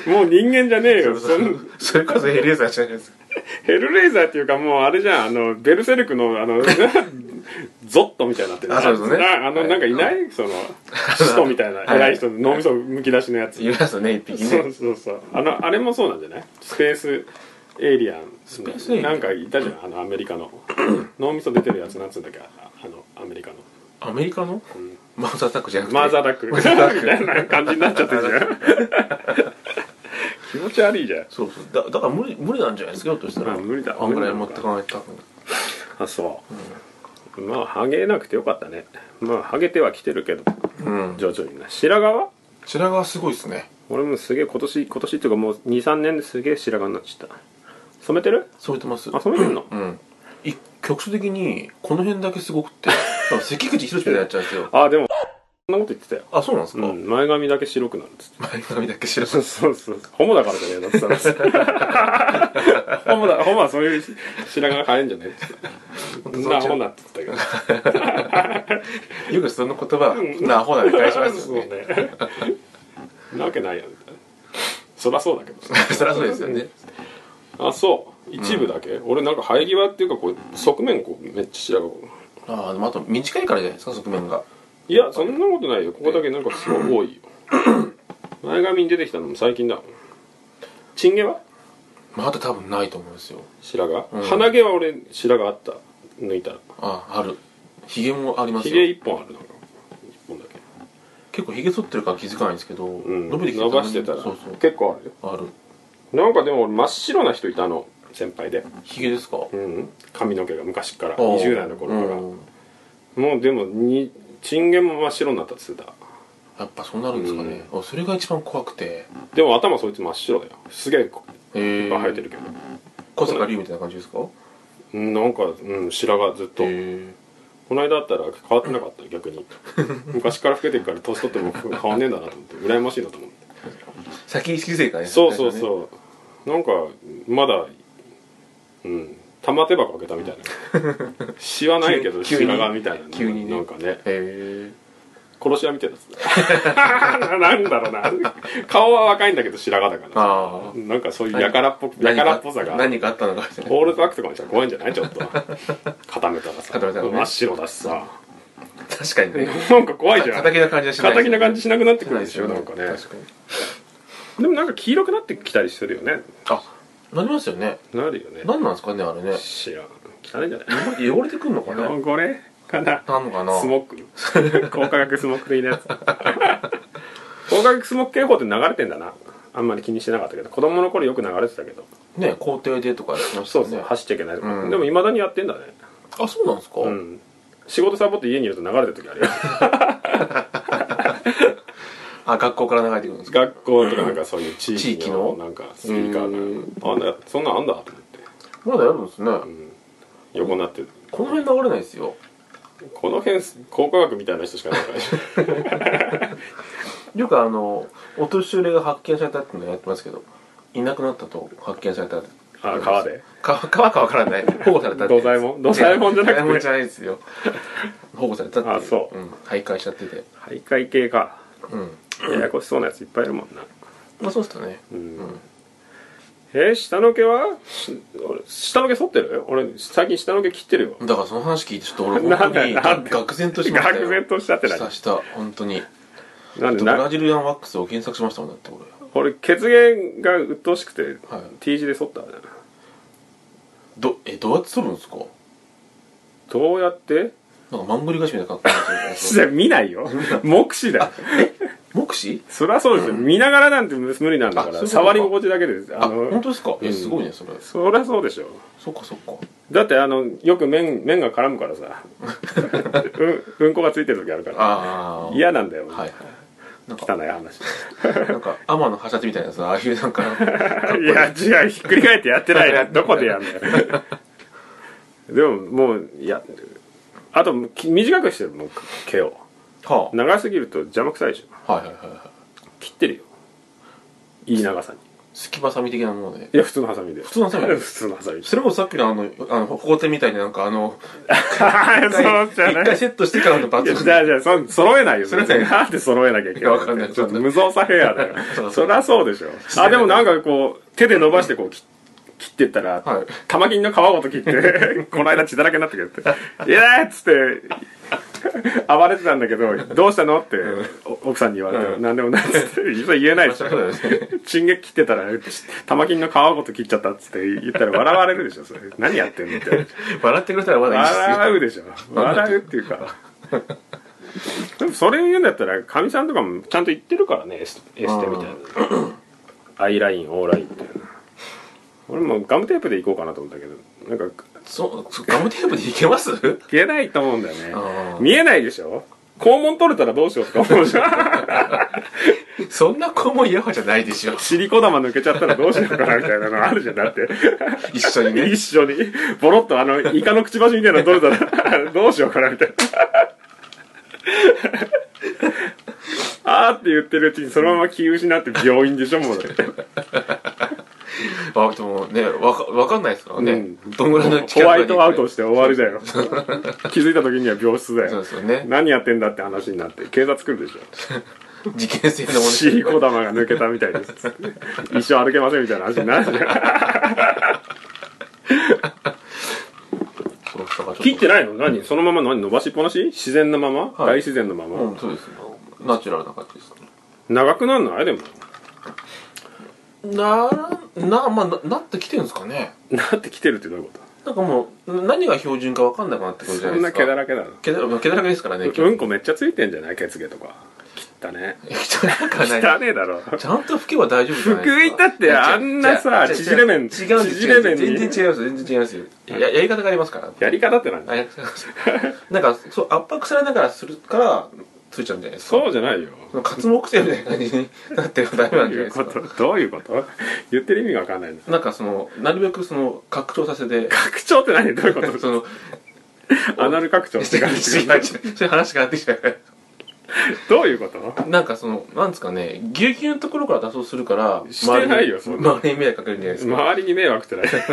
B: もう人間じゃねえよそん
A: それこそヘリエザーじゃないですか
B: ヘルレイザーっていうかもうあれじゃんあのベルセルクのあの ゾットみたいになってる
A: あそうですね
B: なあのなんかいない、その使徒みたいな
A: はい
B: 偉い人脳みそむき出しのやつ、
A: いますね一匹
B: そ
A: ね
B: うそうそうあのあれもそうなんじゃないスペースエイリアンス
A: ペースエイリアン
B: なんかいたじゃんあのアメリカ の脳みそ出てるやつなんつうんだっけああのアメリカの
A: アメリカのマザータックじゃなくて
B: マーザーダック みたいな感じになっちゃってるじゃん 気持ち悪いじゃん
A: そうそうだだから無理無理なんじゃないですかひょっとしたら
B: あ無理だ
A: あんぐらい持ってかないと多分
B: あそう、まあハゲなくてよかったねまあハゲてはきてるけど
A: うん
B: 徐々にな白髪は
A: 白髪すごいですね
B: 俺もすげえ今年今年っていうかもう23年ですげえ白髪になっちゃった染めてる
A: そう言ってます
B: あ染めてんの、
A: うんい局所的にこの辺だけすごく って多分関口宏みたいになっちゃうんですよ
B: あでもそんなこと言ってたよ、
A: あそうなんですか、
B: うん、前髪だけ白くなるっつって
A: 前髪だけ白
B: そう
A: 髪
B: そうそうホモだからじゃねえのって言ったらホモだホモはそういう白髪が生えんじゃねえってなホモだって言った
A: よくその言葉なアホなで返し
B: け
A: ま
B: ど
A: す
B: そう
A: よね
B: ねなわけないやんみたいなそらそうだけど
A: そりゃそうですよね
B: あそう一部だけ、俺なんか生え際っていうかこう側面こうめっちゃ白髪
A: ああでもあと短いからじゃないですか側面が
B: いやそんなことないよここだけなんかすごい多い よ前髪に出てきたのも最近だもんチン毛は
A: まだ多分ないと思うんですよ
B: 白髪、
A: うん
B: 鼻毛は俺白髪あった抜いたら
A: ああるヒゲもあります
B: ひ
A: よ
B: げ一本あるなんか一本だけ
A: 結構ヒゲ剃ってるから気づかないんですけど、
B: うん
A: 伸びてきて
B: 伸ばしてたら
A: そうそう
B: 結構あるよ
A: ある
B: なんかでも俺真っ白な人いたの先輩で、
A: ヒゲですか
B: うん、髪の毛が昔から
A: あー
B: 20代の頃から、
A: うん
B: もうでもにチン毛も真っ白になったっつってた
A: やっぱそうなるんですかね、あそれが一番怖くて
B: でも頭そいつ真っ白だよすげえこ
A: え
B: いっぱい生えてるけど、
A: 小坂龍みたいな感じですか
B: うんなんか、うん、白髪ずっと、
A: え
B: この間あったら変わってなかったよ 逆に昔から老けてるから年取っても変わんねえんだなと思って羨ましいなと思って
A: 先意識性かね
B: そうそう
A: う
B: そうなんかまだうん玉手箱開けたみたい なシワないけど
A: 急に
B: 白髪みたいな
A: 急にね
B: なんかね
A: へえ
B: 殺し屋みたいなやつ なんだろうな顔は若いんだけど白髪だから
A: ああ
B: なんかそういうやからっぽくや
A: 何
B: か
A: から
B: っぽさが
A: 何かあったのかみたい な
B: オールバックとかもしたら怖いんじゃないちょっと固めたらさ
A: 固めたらね
B: 真っ白だしさ
A: 確かにね
B: なんか怖いじゃ ん
A: 敵な感じはしない
B: 敵な感じしなくなって
A: し
B: くるでしょなんかね
A: 確かに
B: でもなんか黄色くなってきたりするよね
A: あなりますよね
B: なるよね
A: 何なんですかねあ れね
B: 知らん汚いんじゃない
A: 汚れてくんのかな
B: これかな
A: なんのかな
B: スモック高化学スモック的 なやつ高化学スモック警報って流れてんだなあんまり気にしてなかったけど子供の頃よく流れてたけど
A: ね校庭でとかやってました
B: そ
A: よ
B: うそう
A: ね
B: 走っちゃいけないとか、
A: うん
B: でもいまだにやってんだね
A: あそうなんですか
B: うん仕事サボって家にいると流れてる時あるよ
A: あ学校から流れてくるんですか
B: 学校とかなんかそういう地域の
A: 地域の
B: なんかスピーカーがあなそんなんあんだと思って
A: まだやるんですね
B: 横になってる
A: この辺流れないですよ
B: この辺高科学みたいな人しかいないからね
A: よくあのお年寄りが発見されたっていうのやってますけどいなくなったと発見された
B: あ川で
A: 川川かわからない保護されたって
B: 土左衛門土左衛門じゃな
A: 土左
B: くて
A: 衛門じゃないですよ保護されたってい
B: あそう
A: うん、徘徊しちゃってて
B: 徘徊系か
A: うん
B: ややこしそうなやついっぱいいるもんな
A: まあそうっすよね
B: うん、えー下の毛はし俺下の毛剃ってる俺最近下の毛切ってるよ
A: だからその話聞いてちょっと俺本当に
B: なんだなんだ
A: 愕然としましたよ
B: 愕然としちゃってな
A: した
B: い
A: した本当に
B: なんで
A: ブラ
B: な
A: ジルアンワックスを検索しましたもんだって俺
B: 俺血源が鬱陶しくて、
A: はい
B: T 字で剃ったわね
A: どえどうやって撮るんですか
B: どう やって
A: なんかマングリ返しみたいな格好になっちゃう
B: じゃ 見な いよ目視だよ
A: 目視
B: そりゃそうですよ見ながらなんて無理なんだか
A: あそういうこと
B: ら
A: か
B: 触り心地だけです
A: あ
B: あの
A: 本当ですかえ
B: うん
A: すごいねそれ
B: そりゃそうでしょ
A: そっかそっか
B: だってあのよく麺麺が絡むか らさうんうんこがついてる時あるから
A: ああ
B: 嫌なんだよ、
A: はいはいなん
B: 汚
A: か
B: い 話
A: なんか天の橋立みたいなさああいうなん か
B: いや違うひっくり返ってやってないどこでやん だよでももういやあとき短くしてるもう毛を
A: は
B: 長すぎると邪魔くさいでしょ
A: あはいはいはいはい
B: 切ってるよいい長さに
A: すきばさみ的なもので
B: いや普通のハサミで普
A: 通のハサミ
B: 普通のハサミ
A: それもさっきのあのあのホコテみたいになんかあの
B: はい
A: 一回一回セットしてからの抜
B: いや
A: 群
B: じゃあじゃあそ揃えないよ
A: 揃えない
B: なんで揃えなきゃいけないの
A: わかんない
B: ちょっと無造作ヘアだよ
A: そう
B: そりゃそうでしょあでもなんかこう手で伸ばしてこう切切ってったら、
A: はい
B: 玉金の皮ごと切って この間血だらけになってくれて「いやー!」っつって暴れてたんだけど「どうしたの?」ってお奥さんに言われて「
A: うん
B: 何でもない」っつって実は言えないでしょ
A: そ りゃそうだよね
B: チンゲ切ってたら玉金の皮ごと切っちゃったっつって言ったら笑われるでしょそれ何やってんのって
A: 笑ってくれたらまだいいっすよ
B: 笑うでしょ笑うっていうかでもそれ言うんだったらかみさんとかもちゃんと言ってるからねエスエステみたいなアイラインオーラインみたいな俺もガムテープでいこうかなと思ったけどなんか
A: そうそうガムテープでいけます
B: 消えないと思うんだよね
A: あー
B: 見えないでしょ肛門取れたらどうしようとか思うじゃん
A: そんな子も嫌じゃないでしょ
B: 尻子玉抜けちゃったらどうしようかなみたいなのあるじゃんだって
A: 一緒にね
B: 一緒にボロッとあのイカのくちばしみたいなの取れたら どうしようかなみたいなあーって言ってるうちにそのまま気失って病院でしょもう
A: あでもねわかわかんないですからね、
B: うん
A: どんぐらいの
B: ホ
A: 力
B: ワ
A: が
B: イトアウトして終わりだよ気づいた時には病室だ
A: そう
B: よ
A: ですよね
B: 何やってんだって話になって警察来るでしょ
A: 事件性のもの
B: 尻子玉が抜けたみたいです一生歩けませんみたいな話になるじゃん
A: そうそうそう
B: 切ってないの何そのまま何伸ばしっぱなし自然のまま、
A: はい
B: 大自然のまま、
A: うんそうですナチュラルな感じです
B: 長くなんないでも
A: ならなまあななってきてるんですかね
B: なってきてるってどういうこ
A: なんかもう何が標準かわかんなくなってく
B: と
A: るじゃな
B: そ
A: いで
B: んな
A: すか
B: 毛だらけだな
A: 毛だら毛だらけですからね今日
B: うんこめっちゃついてんじゃない血毛とか汚ね
A: 汚くはない
B: 汚ねえだ ろ
A: ちゃんと拭けば大丈夫じゃないですか
B: 拭いたってあんなさ
A: 違う違う
B: 縮れ麺
A: 違うんです
B: 縮れ麺に
A: 違うんです全然違いますよ全然違いますよややり方がありますから
B: やり方って何
A: あやり方がありますなんかそう圧迫されながらするからついちゃうんじゃないですか
B: そうじゃないよ
A: その活目性みたいな感じになってるのダメ
B: ど
A: な
B: うん
A: じゃない
B: い
A: です
B: うこ
A: か
B: とどういうこと言ってる意味がわかんないな
A: なんかそのなるべくその拡張させて
B: 拡張って何どういう こと
A: その
B: アナル拡張
A: 違う
B: って感じ
A: 違う違う そういう話があってきたから
B: どういうこと
A: なんかそのなんですかねぎゅうぎゅうのところから脱走するから
B: してないよそ
A: 周り
B: ん
A: に
B: な
A: 周りに迷惑かけるんじゃないですか、
B: 周りに迷惑ってな い
A: ちょっ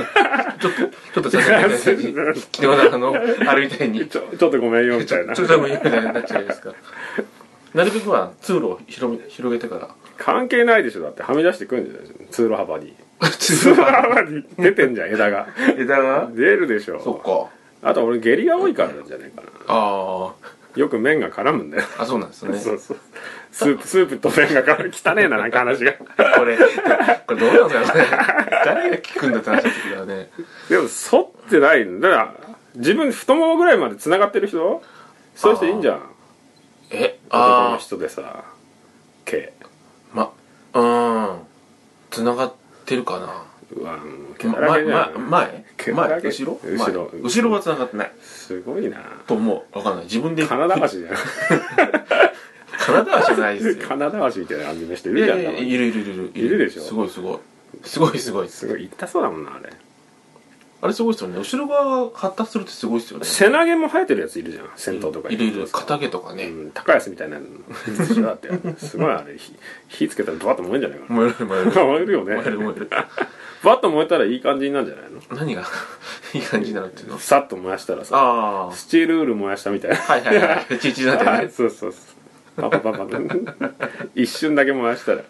A: とちょっとさすがに昨日のあのあれみたいに
B: ちょちょっとごめんよみたいな
A: ちょっとでもいいみたいになっちゃうじゃないですかなるべくは通路を広め広げてから
B: 関係ないでしょだってはみ出してくんじゃない通路幅に
A: 通
B: 通路幅に 出てんじゃん枝が
A: 枝が
B: 出るでしょ
A: そっか
B: あと俺下痢が多いからなんじゃないかな
A: あ
B: よく麺が絡むんだよ
A: ああそうなんですね
B: そうそうスープスープと麺が絡む汚ねえななんか話が
A: これこれどうなんですかね誰が聞くんだって話ですからね
B: でも反ってないのだから自分太ももぐらいまで繋がってる人そういう人いいんじゃん
A: え
B: 男の
A: あ
B: 人でさ毛
A: あまうーんつながってるかな
B: うわもう毛だら
A: 前
B: けじゃ
A: 前
B: ん、
A: 前
B: 毛だら
A: 前
B: け
A: 後ろ
B: 後ろ
A: 前後ろは繋がってない
B: すごいな
A: と思うわかんない自分で
B: カナダ橋じゃん
A: 体はじゃないですよ
B: カナダ橋み たいな網目して
A: い
B: るじ
A: や
B: ゃん
A: いや
B: たま
A: いる
B: に
A: いるいるいる
B: いるでしょ
A: すごいすごいすごいすごい
B: すごい痛そうだもんなあれ
A: あれすごいですよね後ろ側が発達するってすごいです よね
B: 背投げも生えてるやついるじゃん戦闘とかに
A: いるいる片毛とかね
B: うん高安み たいなのだってすごいあれ火火つけたらバッと燃えるんじゃないか
A: 燃える 燃える
B: な燃えるよ
A: 燃える
B: ね
A: 燃える
B: バッと燃えたらいい感じになるんじゃないの
A: 何が いい感じになるっていうの
B: さっと燃やしたらさ
A: あ
B: スチールウール燃やしたみたいな
A: あはいはいはいちいちになって
B: は
A: ね
B: いそうそうそうパパパパ一瞬だけ燃やしたら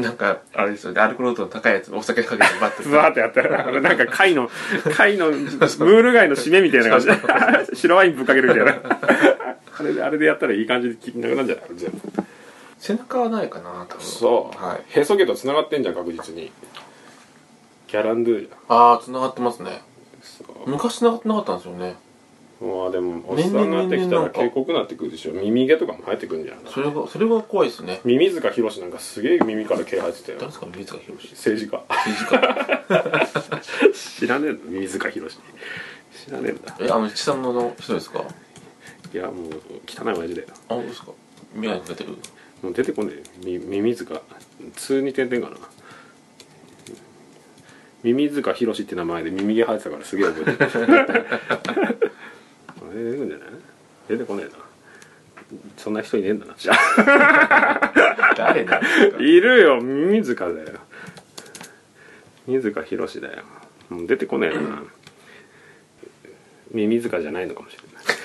A: なんかあれですよねアルコール度の高いやつお酒かけて バッ
B: ブワーってやったらなんか貝の貝のムール貝の締めみたいな感じで白ワインぶっかけるみたいなあれであれでやったらいい感じで切りなくなるんじゃない全部
A: 背中はないかな多分
B: そう、
A: はい
B: へそ毛と繋がってんじゃん確実にキャランドゥじゃん
A: ああ繋がってますね
B: そう
A: 昔繋がってなかったんですよね
B: まあでもおっさんになってきたら
A: 年々
B: 警告なってくるでしょ耳毛とかも生えてくるんじゃん
A: それがそれが怖いですね
B: 耳塚博士なんかすげえ耳から毛生えてたよ
A: 誰ですか水塚博士
B: 政治家
A: 政治家
B: 知らねえの耳塚博士知らねえんだ
A: えあの七三のの人ですか
B: いやもう汚い親父だよ
A: あそうですか未来に出てる
B: もう出てこねえよみ耳塚通に点々かな耳塚博士って名前で耳毛生えてたからすげえ覚えてる あれ出てくんじゃない出てこねえなそんな人いねえんだなじゃあ
A: 誰だ
B: いるよ耳塚だよ三塚博史だよもう出てこねえよな耳塚じゃないのかもしれない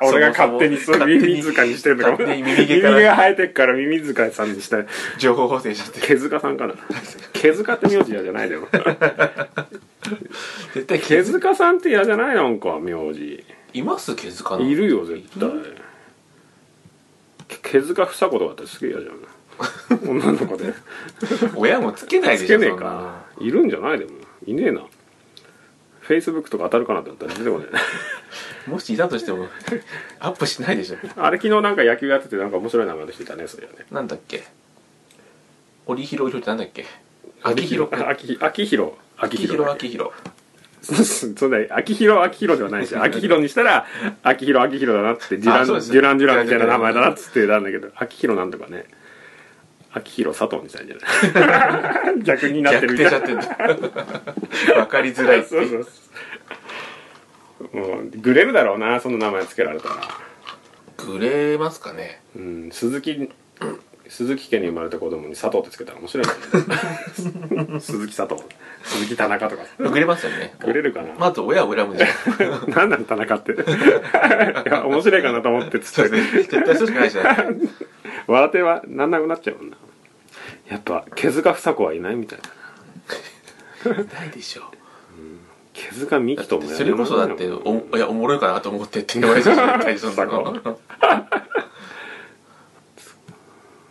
B: 俺が勝手に
A: そもそも
B: 耳塚にしてるのかも
A: 勝手に耳毛から
B: 耳が生えてっから耳塚さんにした
A: 情報補正しちゃってる
B: 毛塚さんかな毛塚って名字嫌じゃないだよ
A: 絶対毛
B: 毛
A: づ
B: 塚さんって嫌じゃないなんか名字
A: います毛づかない
B: いるよ絶対毛塚房子とかってすげえ嫌じゃん女の子で
A: 親もつけないで
B: つ
A: し
B: け
A: ょ
B: ねえ
A: そんな
B: かいるんじゃないでもいねえなフェイスブックとか当たるかなって思ったら出てこない
A: もしいたとしてもアップしないでしょ
B: あれ昨日なんか野球やっててなんか面白い名前の人いたねそれはね
A: なんだっけ織広ひろってなんだっけ
B: 秋
A: 秋広
B: 広秋広秋広秋
A: 秋広
B: 広
A: 秋広
B: そんな秋広秋広ではない し秋広にしたら秋広秋広だなっつってデュラ
A: あ
B: ン
A: そう
B: デ
A: です
B: ュランデュランみたいな名前だなっつってなんだけど秋広なんとかね秋広佐藤にしたいんじゃない 逆になってる
A: 逆
B: み
A: 転
B: たい
A: しち
B: な
A: ゃってんだ わかりづらいって
B: そうそうそうもうグレるだろうなその名前つけられたら
A: グレますかね
B: うん鈴木鈴木家に生まれた子供に佐藤ってつけたら面白いも んね鈴木佐藤鈴木田中とか
A: グレますよね
B: グレるかな
A: まず親を恨むじゃん
B: 何なの 田中っていや面白いかなと思ってつ
A: そう
B: っ
A: で
B: て
A: すね絶対そうしかないじゃん
B: 笑ってはなんなくなっちゃうもんなやっぱ毛塚房子はいないみたいな
A: ないでしょ
B: 毛塚美希ともやらない
A: それこそだっておいやおもろいかなと思ってって言われて 大丈夫だ
B: そ
A: ろ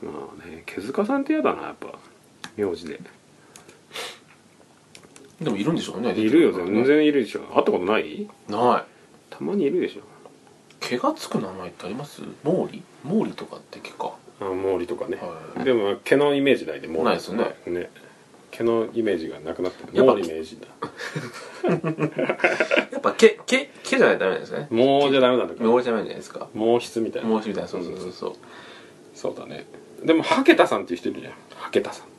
B: まあね毛塚さんって嫌だなやっぱ名字で
A: でもいるんでしょうね
B: いるよ全然いるでしょ会ったことない
A: ない
B: たまにいるでしょ
A: 毛がつく名前ってあります毛利毛利とかって毛か
B: あ毛利とかね、
A: はい
B: でも毛のイメージないで毛利
A: ないですよね
B: ね毛のイメージがなくなってる
A: やっぱ
B: 毛利名人だ
A: やっぱ毛毛毛じゃないとダメなんですね
B: 毛じゃダメなんだか
A: 毛じゃないじゃないですか
B: 毛筆みたいな
A: 毛皮みたいなそうそうそうそう
B: そうだねでもハケタさんっていう人いるじゃんハケタさんって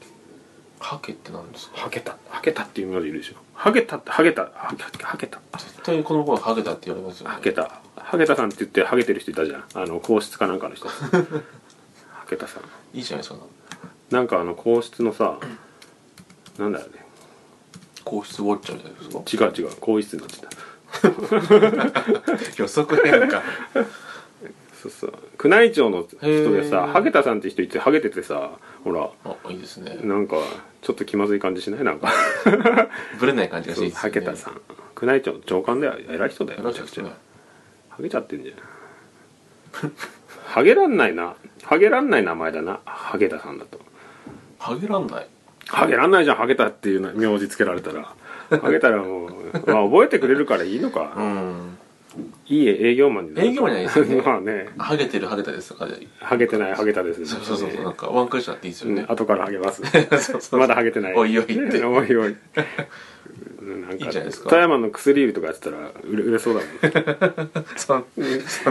A: ハケってなんですか
B: ハケタハケタっていう名字いるでしょハゲタってハゲタハゲハゲタ
A: 絶対この子はハゲだって言われますよね
B: ハゲタハゲタさんって言ってハゲてる人いたじゃんあの皇室かなんか の人ハゲタさん
A: いいじゃないですか
B: なんかあの皇室のさなんだろうね
A: 皇室ウォッチャーじゃないですか
B: 違う違う皇室になってた
A: 予測変化
B: そうそう宮内庁の人で
A: へ
B: さ
A: ー
B: ハゲタさんって人いてハゲててさほら
A: あいいですね
B: なんかちょっと気まずい感じしな いなんか
A: ぶれない感じがしていいですね
B: ハゲタさん宮内庁の長官だよ偉い人だよ
A: 偉い
B: め
A: 人
B: ちゃ
A: で
B: く
A: す
B: ちゃ
A: ね
B: ハゲちゃってんじゃんハゲらんないなハゲらんない名前だなハゲタさんだと
A: ハゲらんない
B: ハゲらんないじゃんハゲタっていうな名字つけられたらハゲたらもう、まあ、覚えてくれるからいいのか、
A: うん
B: いい営業マンになる
A: 営業マンじゃないですよね
B: まあね
A: ハゲてるハゲたですとかで
B: ハゲてないハゲタですね
A: そうそうそうなんかワンクッションあっていいですよ
B: う
A: ね
B: ん、後からハゲます
A: そうそう
B: まだハゲてない
A: おいおいって
B: おい おいなん
A: いい
B: か
A: じゃないですか
B: 富山の薬指とかやってたら売れ売れそうだ
A: そん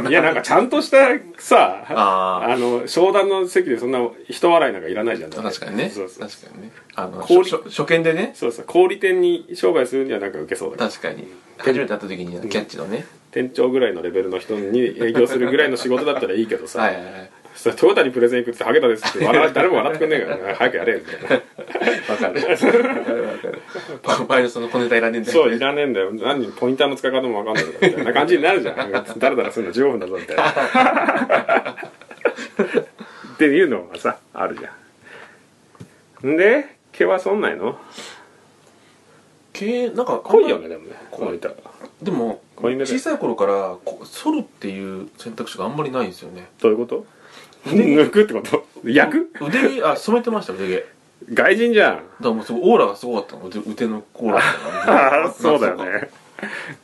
B: もんいやなんかちゃんとしたさ
A: あー
B: あの商談の席でそんな人笑いなんかいらないじゃんだって
A: 確かにね
B: そうそう
A: 確かにねあの
B: 氷
A: 初初見でね
B: そうそう小売店に商売するにはなんか受けそうだけど
A: 確かに初めて会った時にキャッチのね
B: 店長ぐらいのレベルの人に営業するぐらいの仕事だったらいいけどさ、
A: はいはいはい
B: それトヨタにプレゼン行くってハゲたですって笑わ誰も笑ってくんねえからね早くやれよみたいな
A: わかるわかるわかるお前のその小ネタいらねえんだよ
B: そういらねえんだよ何ポインターの使い方も分かんないとかみたいな感じになるじゃん ダラダラするの15分だぞみたいな っていうのがさあるじゃんんで毛はそんないの
A: 毛なんか
B: 濃いよねでもね
A: 濃い
B: この板が
A: でも
B: 濃いめだよ
A: 小さい頃からこ剃るっていう選択肢があんまりないんですよね
B: どういうこと抜くってこと焼く
A: 腕毛あ染めてました腕毛だか
B: 外人じゃん
A: らもうすごいオーラがすごかったの腕腕のオーラみたいな
B: ああ そうだよね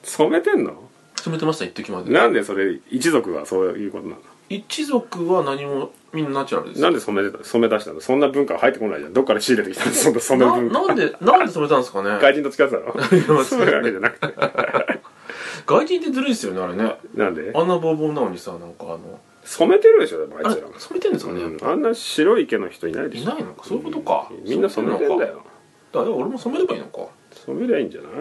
B: 染めてんの
A: 染めてました一時まで
B: なんでそれ一族はそういうことなの
A: 一族は何もみんなナチュラルです
B: なんで染めてた染め出したのそんな文化入ってこないじゃんどっから仕入れてきたのそんな染め
A: な
B: 文化
A: なんでなんで染めたんですかね
B: 外人と付き合ってた
A: い
B: の
A: や
B: そういうわけじゃなくて
A: 外人ってずるいですよねあれね
B: なんで
A: あんなボーボーなのにさなんかあの
B: 染めてるでしょでもあ
A: あ
B: い
A: れ
B: つら
A: 染めてんですかね、
B: うんあんな白い毛の人いないで
A: い
B: し
A: ないのかそういうことか、
B: ょみんな染めてんだよ
A: だから俺も染めればいいのか
B: 染めりゃいいんじゃない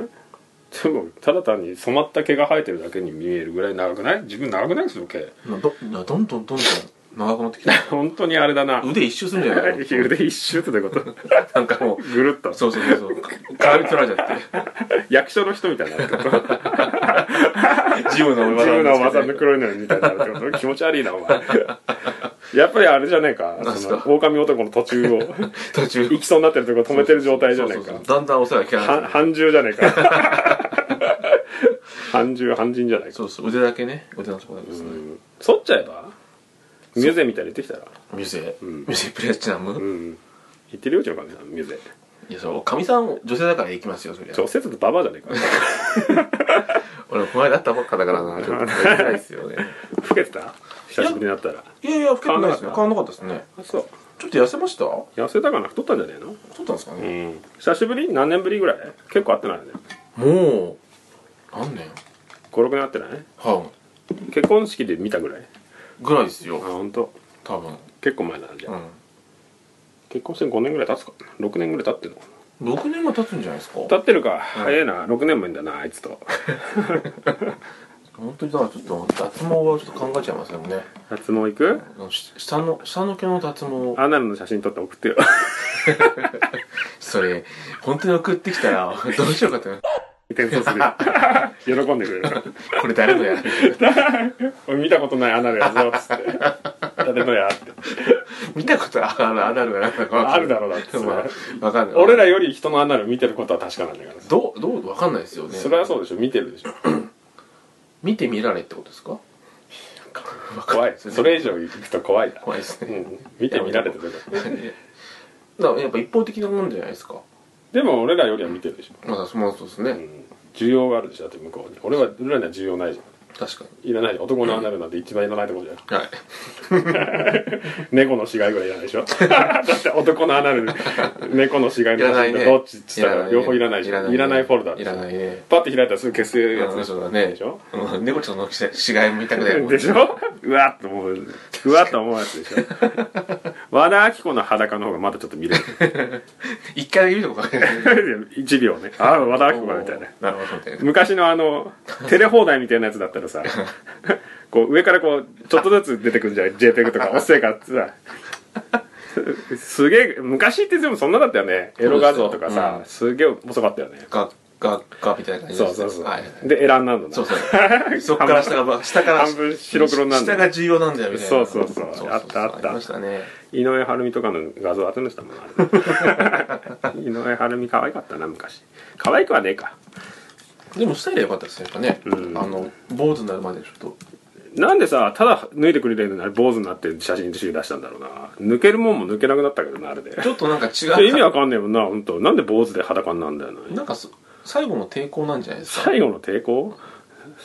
B: でもただ単に染まった毛が生えてるだけに見えるぐらい長くない自分長くないですよ毛
A: などなどんどんどんどん長くなってきた
B: 本当にあれだ な
A: 腕一周するんじゃないの
B: 腕一周ってどういうこと
A: なんかも
B: ぐるっと
A: うそうそうそうそうか絡み取られちゃっ
B: 役所の人みたいになるってこと
A: てジムの
B: 自由なおばさんの
A: い
B: 黒いのみたいになるってこと気持ち悪いなお前やっぱりあれじゃねえか
A: なんす
B: そ
A: か
B: の狼男の途中を
A: 途中
B: 行きそうになってるところ止めてる状態じゃねえ
A: そう
B: か
A: そうそうだんだんお世話が聞かな
B: は
A: くなる
B: 半獣じゃねえか 半獣半人じゃないか
A: そうそう腕だけね腕のところですね、
B: うん剃っちゃえばミュゼみたいにできたら
A: ミュゼ、
B: ん
A: ミュゼプレチナム、
B: うん言ってるようちの神さんミュゼ
A: いやそうかみさん女性だから行きますよそりゃ
B: 女性ってババアじゃねえか
A: 俺この間会ったばっかだからなちょっと行きたいですよね
B: 老けてた久しぶりになったら
A: いやいや老けてないですね
B: 変
A: 変わんなかったですね
B: あそう
A: ちょっと痩せました
B: 痩せたかな太ったんじゃねえの
A: 太ったんですかね、
B: うん久しぶり何年ぶりぐらい結構会ってないよね
A: もう何年
B: 56年会ってない
A: は
B: 結婚式で見たぐらい
A: いぐらいです
B: あ
A: よ
B: 本当。
A: 多分
B: 結構前だなじゃあ、
A: う
B: 結婚して5年ぐらい経つか6年ぐらい経ってるのか
A: ん6年は経つんじゃないですか
B: な経ってるか、早いな6年前だなあいつと
A: 本当にだからちょっと脱毛はちょっと考えちゃいますよね
B: 脱毛行く
A: あのし下の下の毛の脱毛
B: アナルの写真撮って送 ってよ
A: それ本当に送ってきたらどうしようかと思う
B: 転 送するよ喜んでくれるから
A: これ誰のや
B: 俺見たことないアナルやぞっつって例えばやって
A: 見たことあるあるあるある
B: あるだろうだって
A: うまあわかんない
B: 俺らより人のアナル見てることは確かなんだから
A: どうどうわかんないですよね
B: それはそうでしょ見てるでしょ
A: 見てみられってことですか
B: 怖いそれ以上行くと怖いな
A: 怖いです
B: う
A: ね、
B: ん見て見られてる
A: だからやっぱ一方的なもんじゃないですか
B: でも俺らよりは見てるでしょ
A: まあそうそうですね、
B: うん需要があるでしょだって向こうに俺は俺らには需要ないじゃん
A: 確か
B: いらないよ男のアナルなんて一番いらないところじゃん
A: にはい
B: 猫の死骸ぐらいいらないでしょ だって男のアナル猫の死骸
A: い
B: の
A: らない
B: 写
A: ね
B: 真とどっちっつったら両方いらないじゃんいらないフォルダ
A: いらない
B: い
A: ね
B: パッて開いたらすぐ消すやつ
A: うん
B: でし
A: そ
B: ょ
A: うだね
B: でしょ
A: うん猫ちゃんの死骸も見たくないもん
B: でしょうわっと思ううわっと思うやつでし ょ和田アキ子の裸の方がまだちょっと見れる
A: 一回見たことない
B: 1秒ねああ和田アキ子がみたいな
A: なるほどみたいな
B: 昔のあのテレ放題みたいなやつだった らさこう上からこうちょっとずつ出てくるじゃん JPEG とかおっせえからってさすすげえ昔って全部そんなだったよねエロ画像とかさ、すげえ遅かったよね
A: ガッガッガッみたいな感じ
B: そ
A: で
B: う
A: す
B: そうそう、
A: はい
B: でエランなんだな
A: そう そうそっから下が下から
B: 半分白黒になるんだ
A: 下が重要なんだよみたいな
B: そうそうそうあったあっ
A: あ
B: た
A: りましたね
B: 井上晴美とかの画像集めてたもんあれ 井上晴美可愛かったな昔可愛くはねえか
A: でもスタイル良かったですねやっぱね
B: うん
A: あの坊主になるまでちょっと
B: なんでさただ脱いでくれるのにあれ坊主になって写真集出したんだろうな抜けるもんも抜けなくなったけどなあれで
A: ちょっとなんか違
B: で
A: う
B: 意味わかんねえもんな本当なんで坊主で裸になんだよな
A: なんかそ最後の抵抗なんじゃないですか
B: 最後の抵抗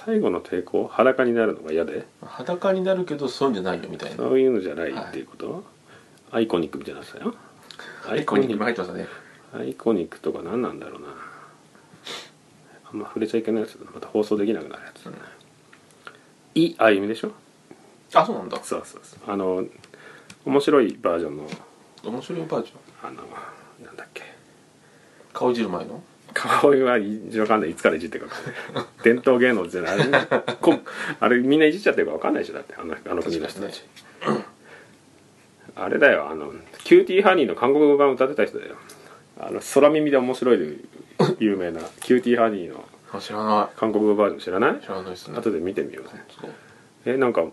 B: 最後の抵抗裸になるのが嫌で
A: 裸になるけどそういうんじゃないよみたいな
B: そういうのじゃないっていうこと、アイコニックみたいなやつだよアイ
A: 結
B: コ
A: 構
B: ニ
A: 人気
B: ッ
A: も
B: ク
A: 入ってましたね
B: アイコニックとか何なんだろうなあんま触れちゃいけないやつだなまた放送できなくなるやつだね、いあゆみでしょ
A: あそうなんだ
B: そうそうそうあの面白いバージョンの
A: 面白いバージョン
B: あのなんだっけ
A: 顔いじる前の
B: 顔はいじわかんないいつからいじってるか分かんない伝統芸能ってあれこあれみんないじっちゃってるか分かんないでしょだってあのあの国の人たち、あれだよあのキューティーハニーの韓国語版歌ってた人だよあの空耳で面白いで有名なキューティーハニーの
A: あ知らな
B: 韓国語バージョン知らない
A: い知らないですね
B: 後で見てみようぜ
A: そう
B: えなんか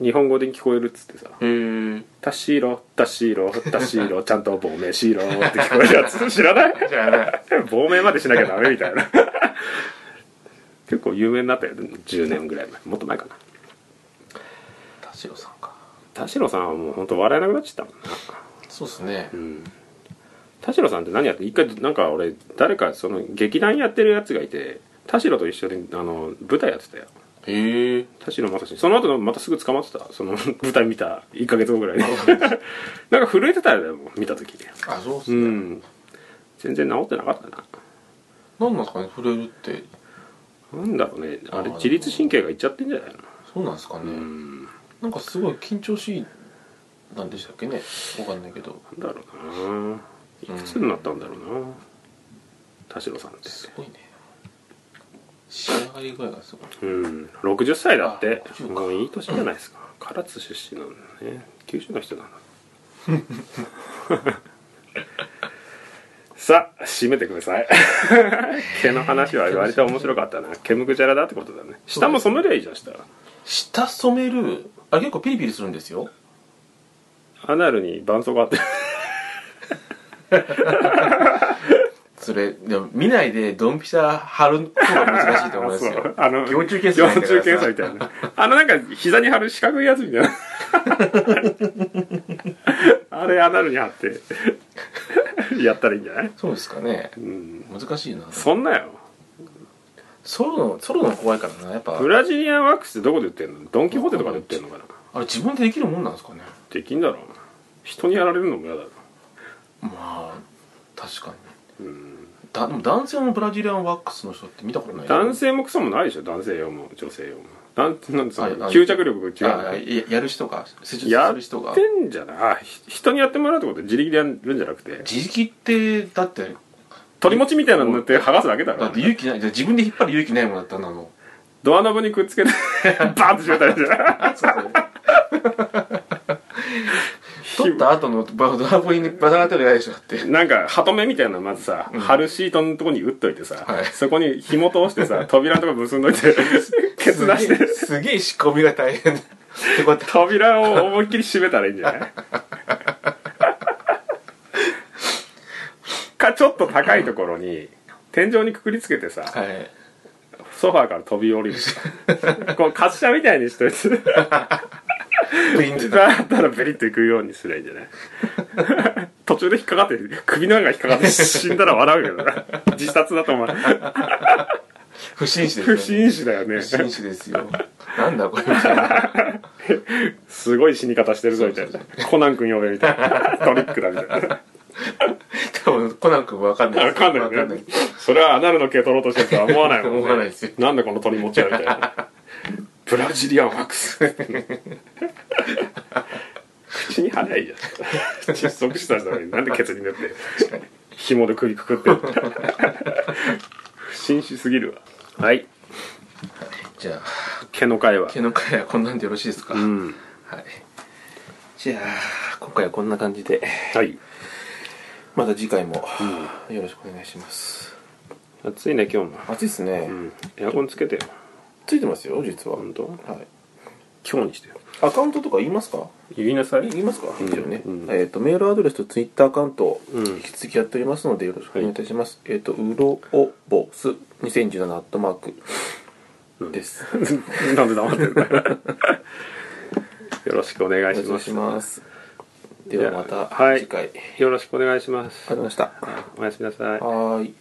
B: 日本語で聞こえるっつってさ
A: へえ
B: 「たしろたしろたしろちゃんと亡命しろ」って聞こえるやつ知らない
A: 知らない
B: 亡命までしなきゃダメみたいな結構有名になったよ10年ぐらい前もっと前かな
A: 田代さんか
B: 田代さんはもう本当笑えなくなっちゃったもんな
A: そうですね
B: 田代さんって何やって一回なんか俺誰かその劇団やってるやつがいて田代と一緒にあの舞台やってたよ
A: へえ
B: 田代正史その後のまたすぐ捕まってたその舞台見た1ヶ月後ぐ らいになんか震えてたよもう見た時
A: あそうっす
B: う
A: ね、
B: ん全然治ってなかったな
A: 何なんですかね触れるって
B: なんだろうねあれ自律神経がいっちゃってんじゃないの
A: そうなんですかね、
B: うん
A: なんかすごい緊張しいなんでしたっけねわかんないけど
B: なんだろうないくつになったんだろうな、田代さんって
A: すごいね仕上がり具合がすごい
B: うん60歳だって
A: あ60か
B: もういい年じゃないですか唐津出身なんだね90の人だな さあ締めてください 毛の話は割と面白かったな毛むくじゃらだってことだね下も染めりゃいいじゃんしたら
A: 下染めるあれ結構ピリピリするんですよ
B: アナルに絆創があって
A: それでも見ないでドンピシャ貼る方が難しいと思い ます
B: そう
A: よ
B: あの
A: 蟯虫検査みたいなやつ
B: 蟯虫検査みたいなあのなんか膝に貼る四角いやつみたい なあれアナルに貼ってやったらいいんじゃない、
A: そうですかね
B: うん、
A: 難しいな
B: そんなよ
A: ソロのソロの怖いからなやっぱ
B: ブラジリアンワックスってどこで売ってんのドン・キホーテとかで売ってんのかな
A: あれ自分でできるもんなんですかね
B: できんだろうな人にやられるのも嫌だろ
A: まあ確かに
B: うん
A: だでも男性のブラジリアンワックスの人って見たことない
B: 男性もクソもないでしょ男性用も女性用もなんなんでそ
A: はいは
B: の
A: い
B: 吸着力が
A: あ
B: 違うの
A: ややる人が施術
B: や
A: す
B: っ
A: る人が
B: てんじゃないあひ人にやってもらうってことは自力でやるんじゃなくて
A: 自力ってだって
B: 取り持ちみたいなの塗って剥がすだけだ
A: だ
B: ろ
A: って勇気ないじゃあ自分で引っ張る勇気ないもんだったらあの
B: ドアノブにくっつけて バーンって 閉めたりじゃん
A: そうそう取った後 のバドラボリにバタバタでないでしょだって
B: なんかハトメみたいなのまずさ、貼るシートのとこに打っといてさ、
A: はい
B: そこに紐通して さ扉のとこ結んどいて ケツ出して
A: すげえすげえ仕込みが大変でこうやって
B: 扉を思いっきり閉めたらいいんじゃない かちょっと高いところに天井にくくりつけてさ、
A: はい
B: ソファーから飛び降り るさこう滑車みたいにしといて
A: プリンって
B: だったらベリッといくようにすりゃいいんじゃない 途中で引っかかって首の中が引っかかって死んだら笑うけどな自殺だと思う
A: 不審死ですよ
B: 不審死だよね
A: 不審死ですよなんだこれみたいな
B: すごい死に方してるぞみたいなコナン君呼べみたいなトリックだみたいな
A: 多分コナン君わかんない
B: わ
A: です
B: かんないよねそれはアナルの毛取ろうとしてるとは思わないもんね
A: 思わないですよ
B: なんでこの鳥持ちやみた いなブラジリアンワックス 口に貼りゃいいじゃん窒息したのになんでケツに塗って紐で首くくってる不審死すぎるわはい
A: じゃあ
B: 毛の会は
A: 毛の会はこんなんでよろしいですか、
B: うん
A: はい
C: じゃあ今回はこんな感じで
B: はい
C: また次回もよろしくお願いします、
B: 暑いね今日も
C: 暑いっすね、
B: うんエアコンつけてよ
C: ついてますよ実は、
B: 本当
C: はい
B: 今日にしてよ
C: アカウントとか言いますか
B: 言いなさい
C: 言いますか
B: ん
C: 一応ね、
B: うん
C: えっ、とメールアドレスとツイッターアカウント
B: うん
C: 引き続きやっておりますのでよろしくお願いいたします、えっ、とうろおぼす2017アットマーク です、
B: なんで黙って るんだよろしくお願いし
C: お願
B: ま
C: い
B: す
C: しますではま
B: じゃあは
C: た
B: い
C: 次回、あり
B: よろしくお願いします
C: がとうございました
B: おやすみなさい
C: はーい